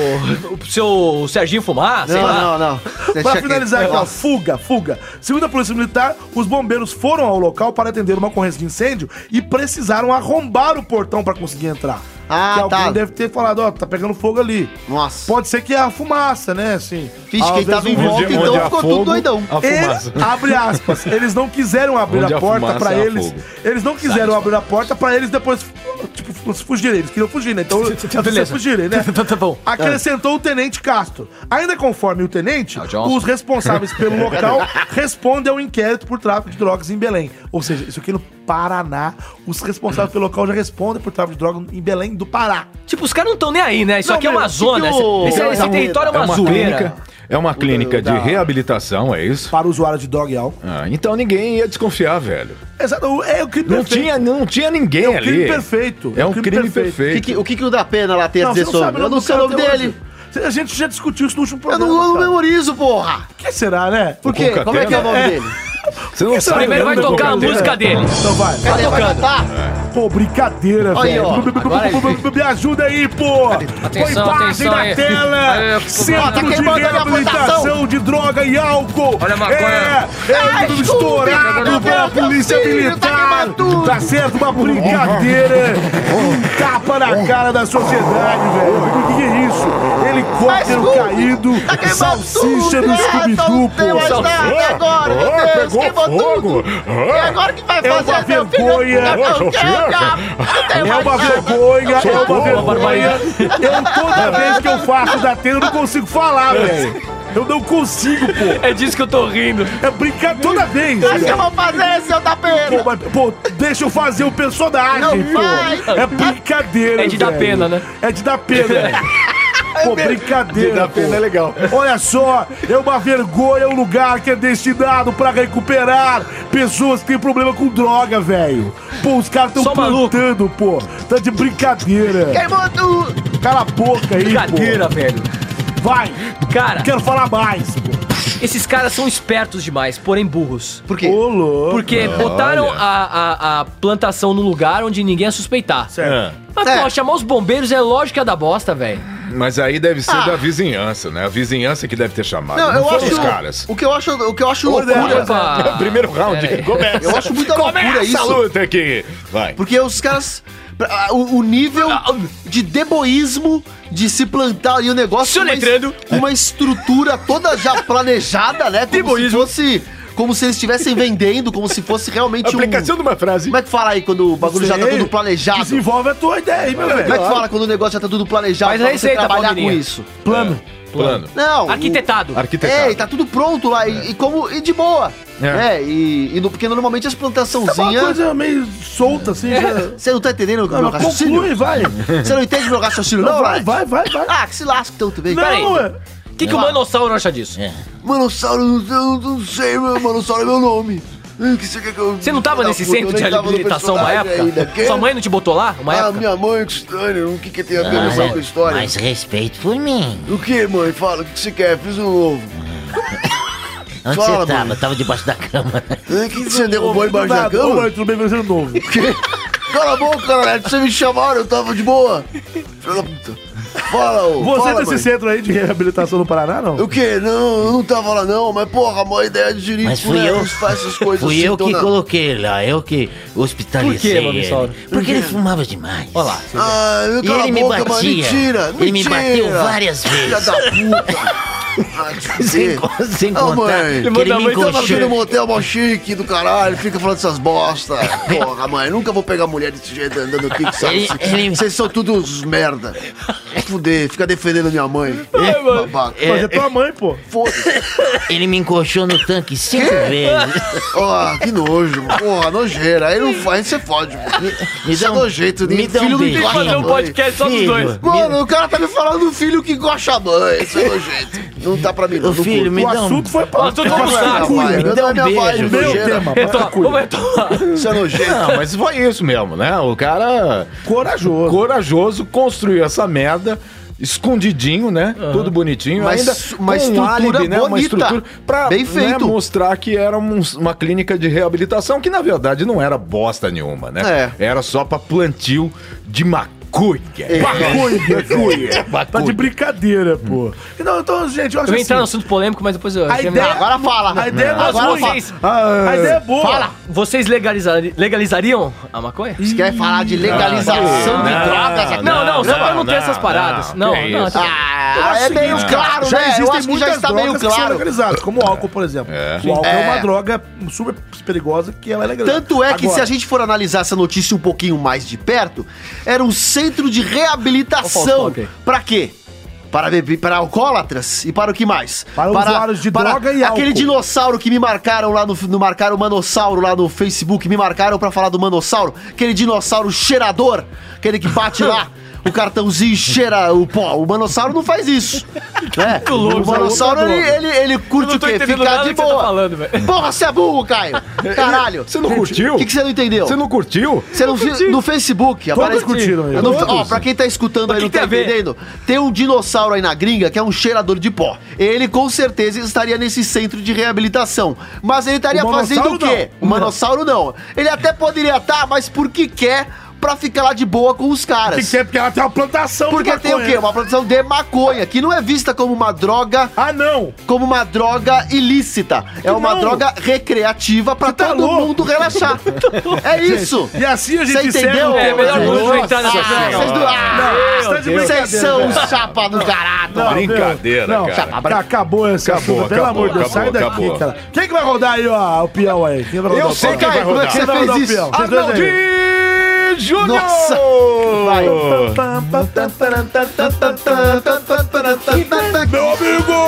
pro seu Serginho fumar, sei Não, lá. não, não. Pra finalizar aqui, ó, fuga, fuga. Segundo a Polícia Militar, os bombeiros foram ao local para atender uma ocorrência de incêndio e precisaram arrombar o portão para conseguir entrar. Ah, Que tá. Alguém deve ter falado, ó, tá pegando fogo ali. Nossa. Pode ser que é a fumaça, né, assim. Fiz quem Às tava vezes em um- volta, Onde- onde então há ficou fogo, tudo doidão. há fumaça. Ele- abre aspas. Eles não quiseram abrir Onde a há porta fumaça, pra há eles. fogo. Eles não quiseram abrir a porta pra eles depois, tipo, fu- fugirem. Eles queriam fugir, né? Então, eles Beleza. fugirem, né? Tá, tá bom. Acrescentou o tenente Castro. Ainda conforme o tenente, Ah, Johnson. os responsáveis pelo local respondem ao inquérito por tráfico de drogas em Belém. Ou seja, isso aqui no Paraná, os responsáveis pelo local já respondem por tráfico de drogas em Belém do Pará. Tipo, os caras não estão nem aí, né? Isso Não, aqui é meu, uma que zona. que o- Esse, esse- esse É uma- território é uma, zoeira. clínica. É uma clínica de reabilitação, é isso? Para o usuário de droga e álcool. Ah, então ninguém ia desconfiar, velho. Exato, é o crime Não perfeito. tinha, não tinha ninguém É um ali. crime perfeito. É um crime, perfeito. O que que- o que, que o da pena lá tem a Não, você dizer não sobre? sabe Eu não sei o nome cara um até dele. hoje. A gente já discutiu isso no último Eu programa. não, eu não cara. memorizo, porra. O que será, né? Por quê? Cuca Como é que é o nome Tena? dele? Você não sabe. Primeiro vai né, tocar a Boca? música dele. Então vai. Cadê? Vai cantar? Pô, brincadeira, Aí, velho. ó, é agora Me ajuda aí, pô. Atenção, Põe imagem atenção na aí. é tela. Aí, pô, tá Centro de queimando a minha reabilitação votação. de droga e álcool. Olha a maconha. É, é tudo escuta, estourado meu pela Deus, meu polícia filho, tá militar. queimando tudo. Tá certo? Uma brincadeira. Um tapa na cara da sociedade, velho. O que que é isso? Helicóptero Mas, Hulk, um caído. Tá queimando Salsicha tudo, do né? Scooby-Doo, Não tem mais pô. nada né, agora, meu Ah, Deus, pegou queimou fogo. tudo. Ah. E agora o que vai É uma fazer? meu filho? é vergonha. Não, não, Ô, não, Xuxa. não tem É mais uma nada. vergonha, é uma Socorro, vergonha. Eu toda vez que eu faço da tela, eu não consigo falar, velho. Eu não consigo, pô. É disso que eu tô rindo. É brincar toda vez. O que eu vou fazer, seu da Pô, pena? mas, pô, deixa eu fazer o personagem, Não pô. vai. É brincadeira, É de dar velho. pena, né? É de dar pena. Pô, brincadeira. De dar pena pô. é legal. Olha só, é uma vergonha um lugar que é destinado pra recuperar pessoas que têm problema com droga, velho. Pô, os caras tão Só maluco. plantando, pô. Tá de brincadeira. Queimou tudo. Cala a boca aí, Brincadeira, velho. pô. Vai, Cara, quero falar mais, pô. esses caras são espertos demais, porém burros. Por quê? Ô, louco. Porque botaram a, a, a plantação num lugar onde ninguém ia suspeitar. Ah, Mas, É. pô, chamar os bombeiros é lógico que é da bosta, velho. Mas aí deve ser da vizinhança, né? A vizinhança que deve ter chamado. Ah. Não, eu foram acho. os caras. É O que eu acho, o que eu acho loucura. Opa! Primeiro round, Pera aí. começa. Eu acho muita loucura Começa a isso. luta aqui. Vai. Porque os caras. pra- O, o nível de deboísmo de se plantar ali o negócio. com uma es- Soletrando. com Uma estrutura toda já planejada, né? Como Deboísmo. se fosse. Como se eles estivessem vendendo, como se fosse realmente Aplicação um. de uma frase. Como é que fala aí quando o bagulho já tá Sei. tudo planejado? Desenvolve a tua ideia aí, meu Como é velho. que fala quando o negócio já tá tudo planejado Faz a pra você receita, trabalhar com Palmirinha. isso? Plano. Plano. Não. o- Arquitetado. É, e Arquitetado. tá tudo pronto lá, e, e como, e de boa. É, e, e no, porque normalmente as Tá uma plantaçãozinhas. coisa meio solta, assim, É. já... Você não tá entendendo Não, meu mas conclui, raciocínio? vai. Você não entende meu raciocínio, não, vai, Light? vai, vai, vai. Ah, que se lasca então também. Peraí. Não, é. O que, que o Manossauro acha disso? Manossauro, eu não, eu não sei, meu. Manossauro é meu nome. O que você quer que eu- Você não tava Filha da nesse puta, centro eu nem de tava no habilitação uma personagem época? ainda, quê? Sua mãe não te botou lá uma Ah, época? minha mãe, que história. O que, que tem a ver essa com a história? Mas respeito por mim. O que, mãe? Fala, o que, que você quer? Fiz um ovo. Onde Fala, você tava? mãe. Tava debaixo da cama. O que um você derrubou embaixo da Ô, cama? mãe, tudo bem, você é novo. Cala a boca, cara. Vocês me chamaram, eu tava de boa. Filha da puta. Fala, ô. Você tá fala, nesse mãe. centro aí de reabilitação no Paraná, não? O quê? Não, eu não tava lá não, mas porra, a maior ideia de direito Mas fui né? eu. Eles fazem essas coisas Fui assim, eu então, que na- coloquei ele lá, eu que hospitalizei Por quê, Mamissauro? ele. Porque ele fumava demais. Olha lá. Ah, eu E cala ele a me boca, mano. batia. Mentira, Ele me mentira. bateu várias Filha vezes. da puta. Ah, te Sem, ver. con- sem Ô, contar mãe, que ele manda me mãe tava aqui no encoxou. motel mó chique do caralho, fica falando essas bosta. Porra, mãe, nunca vou pegar mulher desse jeito andando aqui, que sabe? Ele- ele- Vocês são todos uns merda. Fuder, fica defendendo minha mãe. Babaca. Mas é tua mãe, pô. Foda-se. Ele me encoxou no tanque cinco vezes. Ó, que nojo. mano. Porra, nojeira. Aí não faz, você fode. mano. Me Isso é dá um, nojento. me nem- dá um filho não beijinho. encosta na mãe. é só dos Filho, dois. Mano, o cara tá me falando do filho que gosta da mãe. Isso é nojento. Não tá pra mim, não. Ô não curto. filho, me O dá um... assunto foi pra. Ó, tudo Não vamos é minha lá. vibe, me não dá é um minha vibe, beijo. Meu nojeira. tema, Retoma, vamos retomar. Isso é nojento. Não, Ah, mas foi isso mesmo, né? O cara corajoso. corajoso construiu essa merda. Escondidinho, né? Tudo bonitinho. Mas ainda su- uma com um estrutura Uma bonita. estrutura pra Bem né, feito. mostrar que era um- uma clínica de reabilitação, que na verdade não era bosta nenhuma, né? É. Era só pra plantio de maconha. Ah, Maconha, Maconha. Tá de Maconha. brincadeira, pô. Então, então, gente, eu Eu acho vou entrar no assim. assunto polêmico, mas depois eu... A terminar. ideia, Agora fala. a ideia é mais Agora ruim. vocês, Ah, A ideia é boa. fala, vocês legalizari- legalizariam a maconha? Você quer falar de legalização de drogas aqui? Não, não, só pra não ter não, essas paradas. Não, não, que não, tá. isso. não. Ah, é Então Seguinte, meio assim, cara, claro, já né? Eu existem acho que já muitas está meio drogas que são claro. legalizadas, como o álcool, por exemplo. O álcool é. É. uma droga super perigosa que ela é legalizada. Tanto é que Agora, se a gente for analisar essa notícia um pouquinho mais de perto, era um centro de reabilitação. Olha o Pra quê? Para, bebi- para alcoólatras e para o que mais? Para usuários de droga e Aquele álcool. dinossauro que me marcaram lá no, no marcaram o manossauro lá no Facebook, me marcaram pra falar do manossauro, aquele dinossauro cheirador, aquele que bate lá. O cartãozinho cheira o pó. O manossauro não faz isso. né? o manossauro, é ele, ele, ele Eu curte não o tô quê? entendendo Ficar nada de do que você tá boa. falando, velho. Porra, você é burro, Caio! Caralho! Você não curtiu? O que, que você não entendeu? Você não curtiu? Você não viu no Facebook? aparece- curtiram aí. Eu não- Ó, Todos. pra quem tá escutando aí, que não tá tem a ver? entendendo, tem um dinossauro aí na gringa que é um cheirador de pó. Ele com certeza estaria nesse centro de reabilitação. Mas ele estaria O fazendo o manossauro quê? O manossauro não. Ele até poderia estar, mas por que quer pra ficar lá de boa com os Tem caras? que ter, porque ela tem uma plantação de Porque tem o maconha. quê? Uma produção de maconha, que não é vista como uma droga Ah, não. como uma droga ilícita. É uma não. droga recreativa pra tá todo louco. mundo relaxar. é isso. E assim a Você gente entendeu? encerra o É tema melhor de não hoje. entrar nessa Ah, coisa. vocês do- ah, Não, tá de brincadeira, vocês são velho. os chapa do caralho. Não, Brincadeira, meu, cara. Cara, acabou essa Acabou, assunto, pelo acabou, amor de Deus, sai acabou, daqui, acabou. cara. Quem que vai rodar aí, ó, o peão aí? Quem vai rodar Eu o sei peão? quem vai Como é que rodar. você Quem vai rodar o fez isso? peão? Vocês dois aí. Arnaldinho Júnior! Nossa, Meu amigo!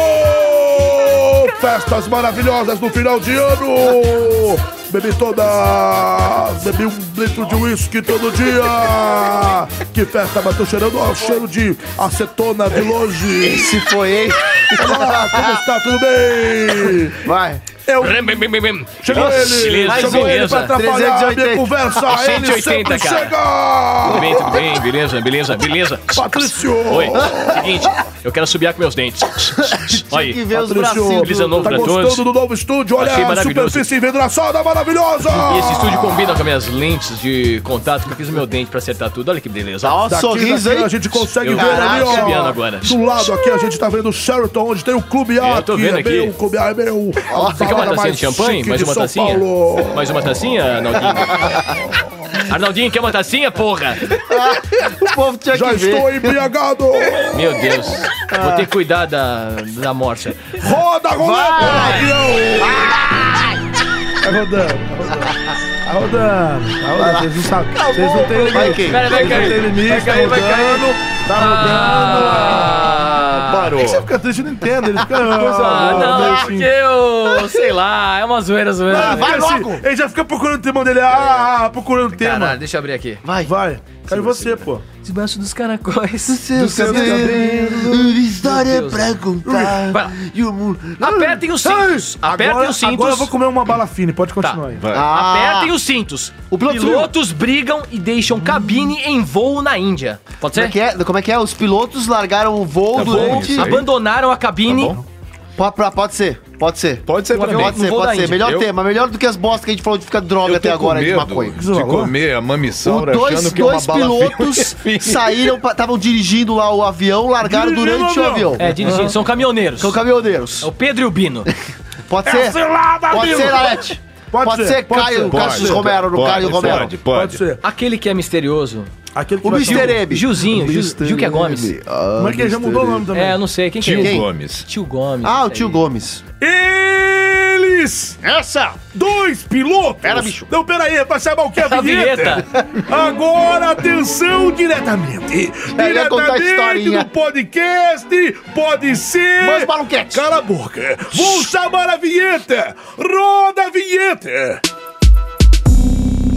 Festas maravilhosas no final de ano! Bebi todas! Bebi um litro de uísque todo dia! Que festa, mas tô cheirando ó, cheiro de acetona de longe! Se foi, hein? Olá, como está? Tudo bem? Vai. Eu Chegou ele, beleza, chegou ele é pra beleza. atrapalhar a minha 380. conversa. Ele 180, sempre cara. Tudo chega! bem, tudo bem, beleza, beleza, beleza. Patrício! Oi, seguinte, eu quero subir com meus dentes. Olha Tem que aí. ver os Patrício, bracinhos. Feliz ano do- novo Tá pra gostando todos. do novo estúdio? Olha Achei a maravilhoso. superfície envidraçada maravilhosa! E esse estúdio combina com as minhas lentes de contato que eu fiz no meu dente pra acertar tudo. Olha que beleza. Dá um Daqui, sorriso Tá daqui aí. A gente consegue Eu ver ali, caraca, ó. Fabiano, agora. Do lado aqui a gente tá vendo o Sheraton, onde tem o Clube A. Eu tô aqui, vendo é aqui. Meu, o Clube A é meu. A Você quer uma balada tacinha de champanhe? chique Mais de uma São tacinha? Paulo. Mais uma tacinha, Arnaldinho? Arnaldinho, quer uma tacinha, porra? O povo tinha Já que ver. estou embriagado. Meu Deus. Ah. Vou ter que cuidar da, da morsa. Roda, rolando, avião. Tá rodando, tá rodando. Tá rodando, tá rodando. Vocês não sabem. Vocês não têm Vai, limite. Kim. Pera, vai Vocês não têm cair. limite. Vai Tá cair, vai cair. rodando, tá rodando. Ah, Por que você fica triste? Eu não entendo. Ele fica... ah, não, porque eu... Sei lá, é uma zoeira, zoeira. Vai Vai assim, logo. Ele já fica procurando o tema dele. Ah, ah, procurando o é, tema. Caralho, deixa eu abrir aqui. Vai. Vai, caiu você, pô. Debaixo dos caracóis. Seu cabelo, história Deus. pra contar. Vai lá. E o mundo. Apertem os cintos. Apertem agora, os cintos. Tá. agora eu vou comer uma bala fine, pode continuar aí. Ah, Apertem os cintos. O piloto- Pilotos brigam e deixam cabine em voo na Índia. Pode como é ser? que é? Como é que é? Os pilotos largaram o voo Tá bom, durante. isso aí. Abandonaram a cabine Tá bom. Pode, pra- pode ser, pode ser. Pode ser pode também. Pode ser, Não vou dar pode ser. índice. Melhor Eu- tema, melhor do que as bostas que a gente falou de ficar droga Eu até tô com agora de medo maconha. De comer a mamissaura Dois, achando que é uma dois bala assim. pilotos fina. saíram, pra- estavam dirigindo lá o avião, largaram Dirigindo durante o o avião. avião. É, dirigindo, são caminhoneiros. São caminhoneiros. É o Pedro e o Bino. Pode É ser? a cilada, pode Bino. ser, Alete. Pode, Pode ser, ser, pode Caio, ser. Cassius Pode, Romero, no pode, Caio pode, Romero. pode, pode. Aquele que é misterioso. Aquele O Mr. Ebe. Gilzinho, Gil, Gil que é Gomes. Ah, Mas Mr. Ebe. É, eu não sei. Quem Tio que é? esse? Gomes. Tio Gomes. Ah, o isso tio aí. Gomes. Eles! Essa! Dois pilotos! Pera, bicho. Não, pera aí, vai chamar o que? A A vinheta! Agora, atenção, diretamente! É, ele ia contar a Diretamente historinha. do podcast, pode ser... Mas maluquete! Cala a boca! Vou chamar a vinheta! Roda a vinheta!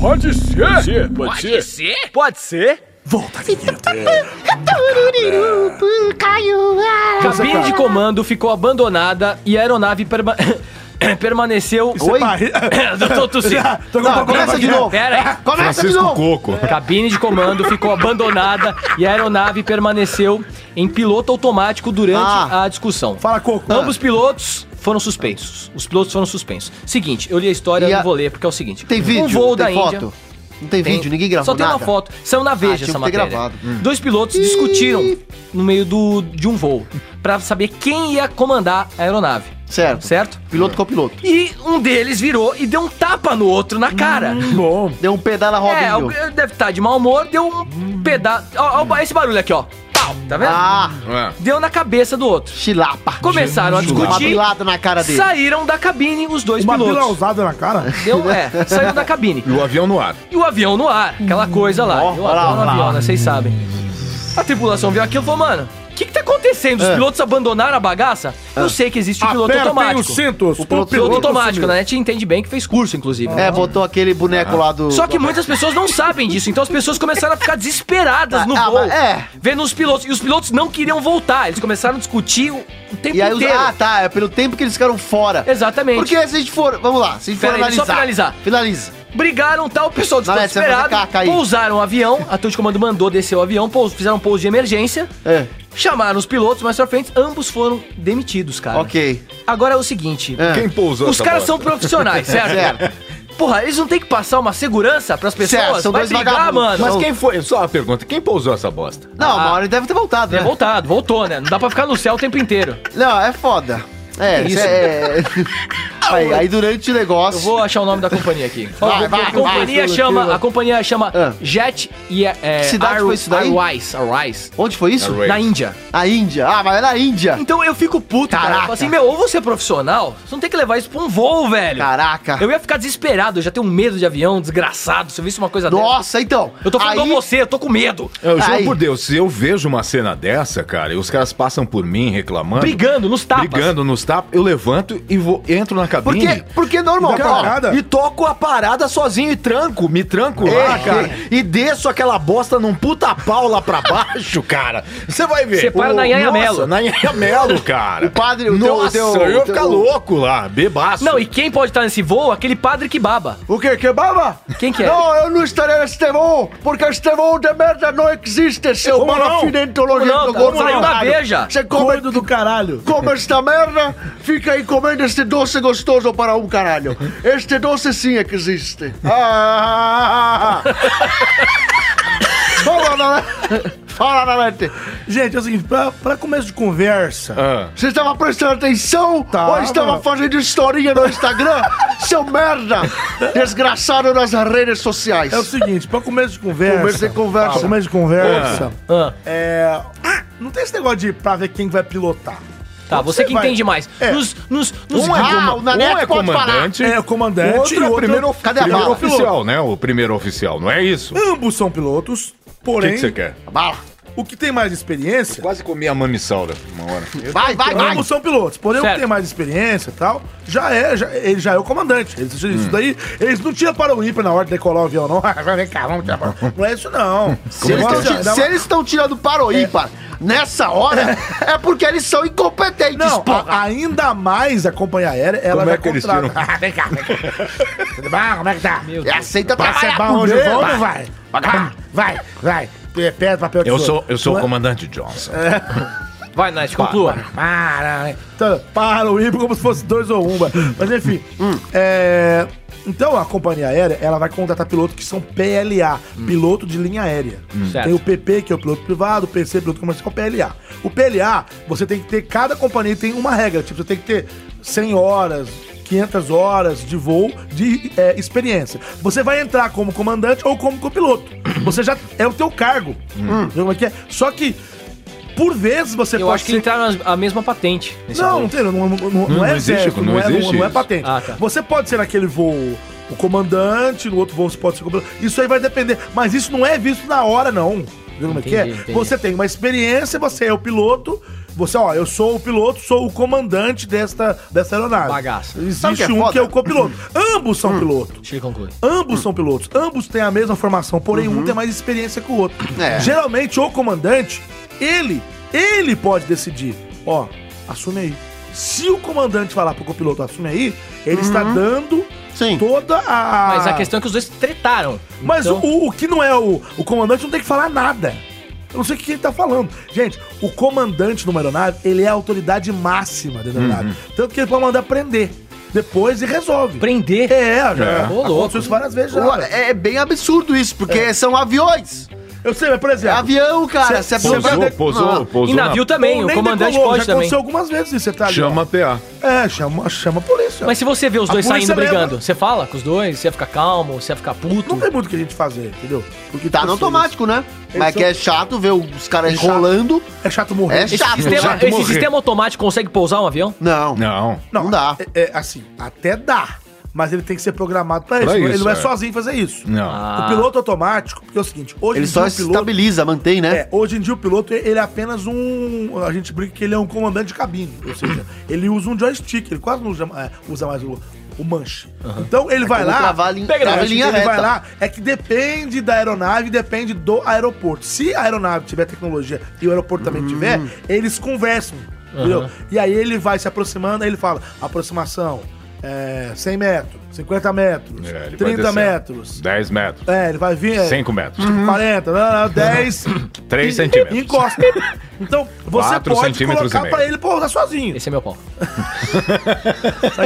Pode ser! Pode ser? Pode ser? Volta, Tururu, pu, Caiu. ah. Cabine de comando ficou abandonada e a aeronave perma- permaneceu. Isso é barri- Eu tô tossindo. Ah, Já, tô com Não, problema aqui. Pera aí. Começa de Francisco novo. Coco. Cabine de comando ficou abandonada e a aeronave permaneceu em piloto automático durante Ah. a discussão. Fala, Coco. Ambos pilotos foram suspensos. Os pilotos foram suspensos. Seguinte, eu li a história, E eu a- não vou ler, porque é o seguinte. Tem vídeo? Um voo Tem da Índia. foto? Não tem vídeo, ninguém gravou Só tem nada. uma foto. Saiu na Ah, tinha Veja essa que ter matéria. gravado. Hum. Dois pilotos discutiram no meio do, de um voo pra saber quem ia comandar a aeronave. Certo. Certo? Piloto com piloto. E um deles virou e deu um tapa no outro na cara. bom. Deu um pedal na É, rodinha. alguém deve estar de mau humor, deu um pedaço. Ó, ó, esse barulho aqui, ó. Pau, tá vendo? Hum. Ah. É. Deu na cabeça do outro. Chilapa. Começaram a Uma discutir. pilada na cara dele. Saíram da cabine os dois Uma pilotos. pila usada na cara? Deu, é, saíram da cabine. E o avião no ar. E o avião no ar, aquela coisa lá. Eu olha lá, adoro olha avião, lá. né? Vocês sabem. A tripulação viu aquilo e falou, mano, o que, que tá acontecendo? Os pilotos abandonaram a bagaça? Eu sei que existe o piloto Apertem automático. os cintos, o piloto, o piloto automático, sumiu. né? A gente entende bem que fez curso, inclusive. É, botou aquele boneco lá do. Só que muitas pessoas não sabem disso, então as pessoas começaram a ficar desesperadas no voo. é. Vendo os pilotos. E os pilotos não queriam voltar. Eles começaram a discutir o o tempo E aí, os- inteiro. ah, tá, é pelo tempo que eles ficaram fora. Exatamente. Porque se a gente for, vamos lá, se a gente for Pera aí, analisar. só finalizar. Finaliza. Brigaram, tal, o pessoal Não, é, você vai desesperado. fazer caca aí. Pousaram o avião, a turma de comando mandou descer o avião, pous- fizeram um pouso de emergência. É. Chamaram os pilotos mais pra frente, ambos foram demitidos, cara. Ok. Agora é o seguinte: Quem pousou Os essa caras bosta? são profissionais, certo? Porra, eles não têm que passar uma segurança pras pessoas? Certo, são Vai dois brigar, vagabundos. mano. Mas quem foi? Só uma pergunta. Quem pousou essa bosta? Ah. Não, uma hora ele deve ter voltado, né? É voltado, voltou, né? Não dá pra ficar no céu o tempo inteiro. Não, é foda. É, Que isso isso? é. aí, aí durante o negócio. Eu vou achar o nome da companhia aqui. Vai, Ó, vai, a vai. companhia Ah. chama, a companhia chama Jet e é, Que cidade Air- foi isso daí? Airways, Airways. Onde foi isso? Na Índia. A Índia? Ah, mas é na Índia. Então eu fico puto, cara. Eu falo assim, meu, ou você é profissional, você não tem que levar isso pra um voo, velho. Caraca. Eu ia ficar desesperado, eu já tenho medo de avião, desgraçado, se eu visse uma coisa Nossa, então. Eu tô falando aí- com você, eu tô com medo. Eu juro por Deus, se eu vejo uma cena dessa, cara, e os caras passam por mim reclamando. Brigando nos tapas. Brigando nos tapas, eu levanto e vou, entro na cabine. Porque, porque normal, Dá ó, parada? e- E toco a parada sozinho e tranco, me tranco lá, É. cara. E desço aquela bosta num puta pau lá pra baixo, cara. Você vai ver. Você para na Nhanha Nossa, Melo. Na Nhanha Melo, cara. O padre, o teu- o Nossa, teu- eu o ia teu- ficar louco lá, bebaço. Não, e quem pode estar nesse voo? Aquele padre que baba. O que? Que baba? Quem que é? Não, eu não estarei no Estevão, porque Estevão de merda não existe, seu Como não? malafinentologento Como não, cara? Saiu da Veja. Você come, do caralho. Come esta merda, fica aí comendo este doce gostoso para um caralho. Este doce sim é que existe. Ah, ah, ah, ah. Fala, Nanete. Fala, Nanete. Gente, é o seguinte, pra, pra começo de conversa... Você estava prestando atenção ou Tava. estava fazendo historinha no Instagram? seu merda! Desgraçado nas redes sociais. É o seguinte, pra começo de conversa. Começo de conversa. Pra começo de conversa. Ah. É. ah, Não tem esse negócio de pra ver quem vai pilotar. Tá, você que vai- entende mais. É. Nos, nos, nos Um é guia- coma- Nanete pode falar. É, o comandante. O outro e é o o outro- primeiro, of- Cadê a primeiro bala? oficial, né? O primeiro oficial, não é isso? Ambos são pilotos, O porém. que que você quer? Bala. O que tem mais experiência. Quase comi a mamissaura uma hora. Vai, vai, vai. Ambos são pilotos, porém o Certo. que tem mais experiência e tal, já é, já, ele já é o comandante. Eles, Hum. Isso daí, eles não tiram para o ímpar na hora de decolar o avião, não. Vem cá, vamos tirar para o- Não é isso, não. Se eles, estão, ti- se eles estão tirando para o ímpar nessa hora, é porque eles são incompetentes, Não, porra. a- ainda mais a companhia aérea, ela Como vai é que eles contratar- tiram? Ah, vem cá, vem cá. Tudo bom? Como é que tá? E aceita trabalhar Vai, por onde dentro, vão ou vai. não vai? Vai, vai, vai. Pe- Pedra, papel, Eu tesoura. sou, eu sou o Não é- comandante Johnson. Vai, Nath, conclua. Para, então, para o híbrido como se fosse dois ou uma. Mas enfim, é, então a companhia aérea ela vai contratar pilotos que são PLA, Hum. piloto de linha aérea. Hum. Tem o Certo. PP, que é o piloto privado, o PC, piloto comercial, PLA. O PLA, você tem que ter, cada companhia tem uma regra, tipo, você tem que ter 100 horas. 500 horas de voo de é, experiência. Você vai entrar como comandante ou como copiloto. Você já é o teu cargo. Hum. Entendeu como é que é? Só que por vezes você Eu pode acho que ser- entraram as- a mesma patente. nesse não, voo. não tem, não, não, não, não Não é existe, exército, não não, é, não- existe não é isso. patente. Ah, tá. Você pode ser naquele voo o comandante, no outro voo você pode ser comandante. Isso aí vai depender, mas isso não é visto na hora, não. Viu como é que é? Entendi, entendi. Você tem uma experiência, você é o piloto, você, ó, eu sou o piloto, sou o comandante desta, desta aeronave. Bagaça. Sabe o Existe que é um foda? que é o copiloto. Ambos Hum. são pilotos. Deixa ele concluir. Ambos são pilotos, ambos têm a mesma formação, porém um tem mais experiência que o outro. É. Geralmente o comandante, ele, ele pode decidir. Ó, assume aí. Se o comandante falar pro copiloto assume aí, ele está dando toda a. Mas a questão é que os dois tretaram. Ah. Então, Mas o, o que não é o, o comandante não tem que falar nada. Eu não sei o que ele tá falando. Gente, o comandante numa aeronave, ele é a autoridade máxima da aeronave. Tanto que ele pode mandar prender. Depois e resolve. Prender? É, já. É. Ô, louco. Aconteceu isso várias vezes já. Ô, É bem absurdo isso, porque são aviões. Eu sei, mas por exemplo. É Avião, cara. É. Cê- você cê vai vai- Ah. de- Não. Não. Ou nem decolou, já aconteceu algumas vezes isso, você tá ali, Chama ó. a PA. É, chama, chama a polícia. Mas se você vê os A dois polícia saindo leva. brigando, você fala com os dois, você ia ficar calmo, você ia ficar puto. Não tem muito o que a gente fazer, entendeu? Porque Tá no automático, né? Mas Esse que é é- chato ver os caras É chato. enrolando. É chato morrer. É chato, esse sistema, chato esse morrer. sistema automático consegue pousar um avião? Não. Não. Não, dá. É, é, assim, até dá. Mas ele tem que ser programado pra, Pra isso. Ele isso, não é, é. sozinho fazer isso. Não. O piloto automático, porque é o seguinte, hoje Ele só se estabiliza, mantém, né? É, hoje em dia o piloto, ele é apenas um... A gente brinca que ele é um comandante de cabine. Ou seja, ele usa um joystick. Ele quase não usa, é, usa mais o, o manche. Então ele É vai como lá... travar a linha- Pega trava a a linha Ele vai reta. lá, é que depende da aeronave, depende do aeroporto. Se a aeronave tiver tecnologia e o aeroporto Hum. também tiver, eles conversam. Entendeu? Aham. E aí ele vai se aproximando, aí ele fala: aproximação, é, 100 metros, 50 metros, É, ele vai 30 descendo. metros. 10 metros. É, ele vai vir. é, 5 metros. Uhum. 40, não, não, 10. 3 e- centímetros. Encosta. Então, você Quatro pode centímetros e colocar meio. pra ele pousar sozinho. Esse é meu pau.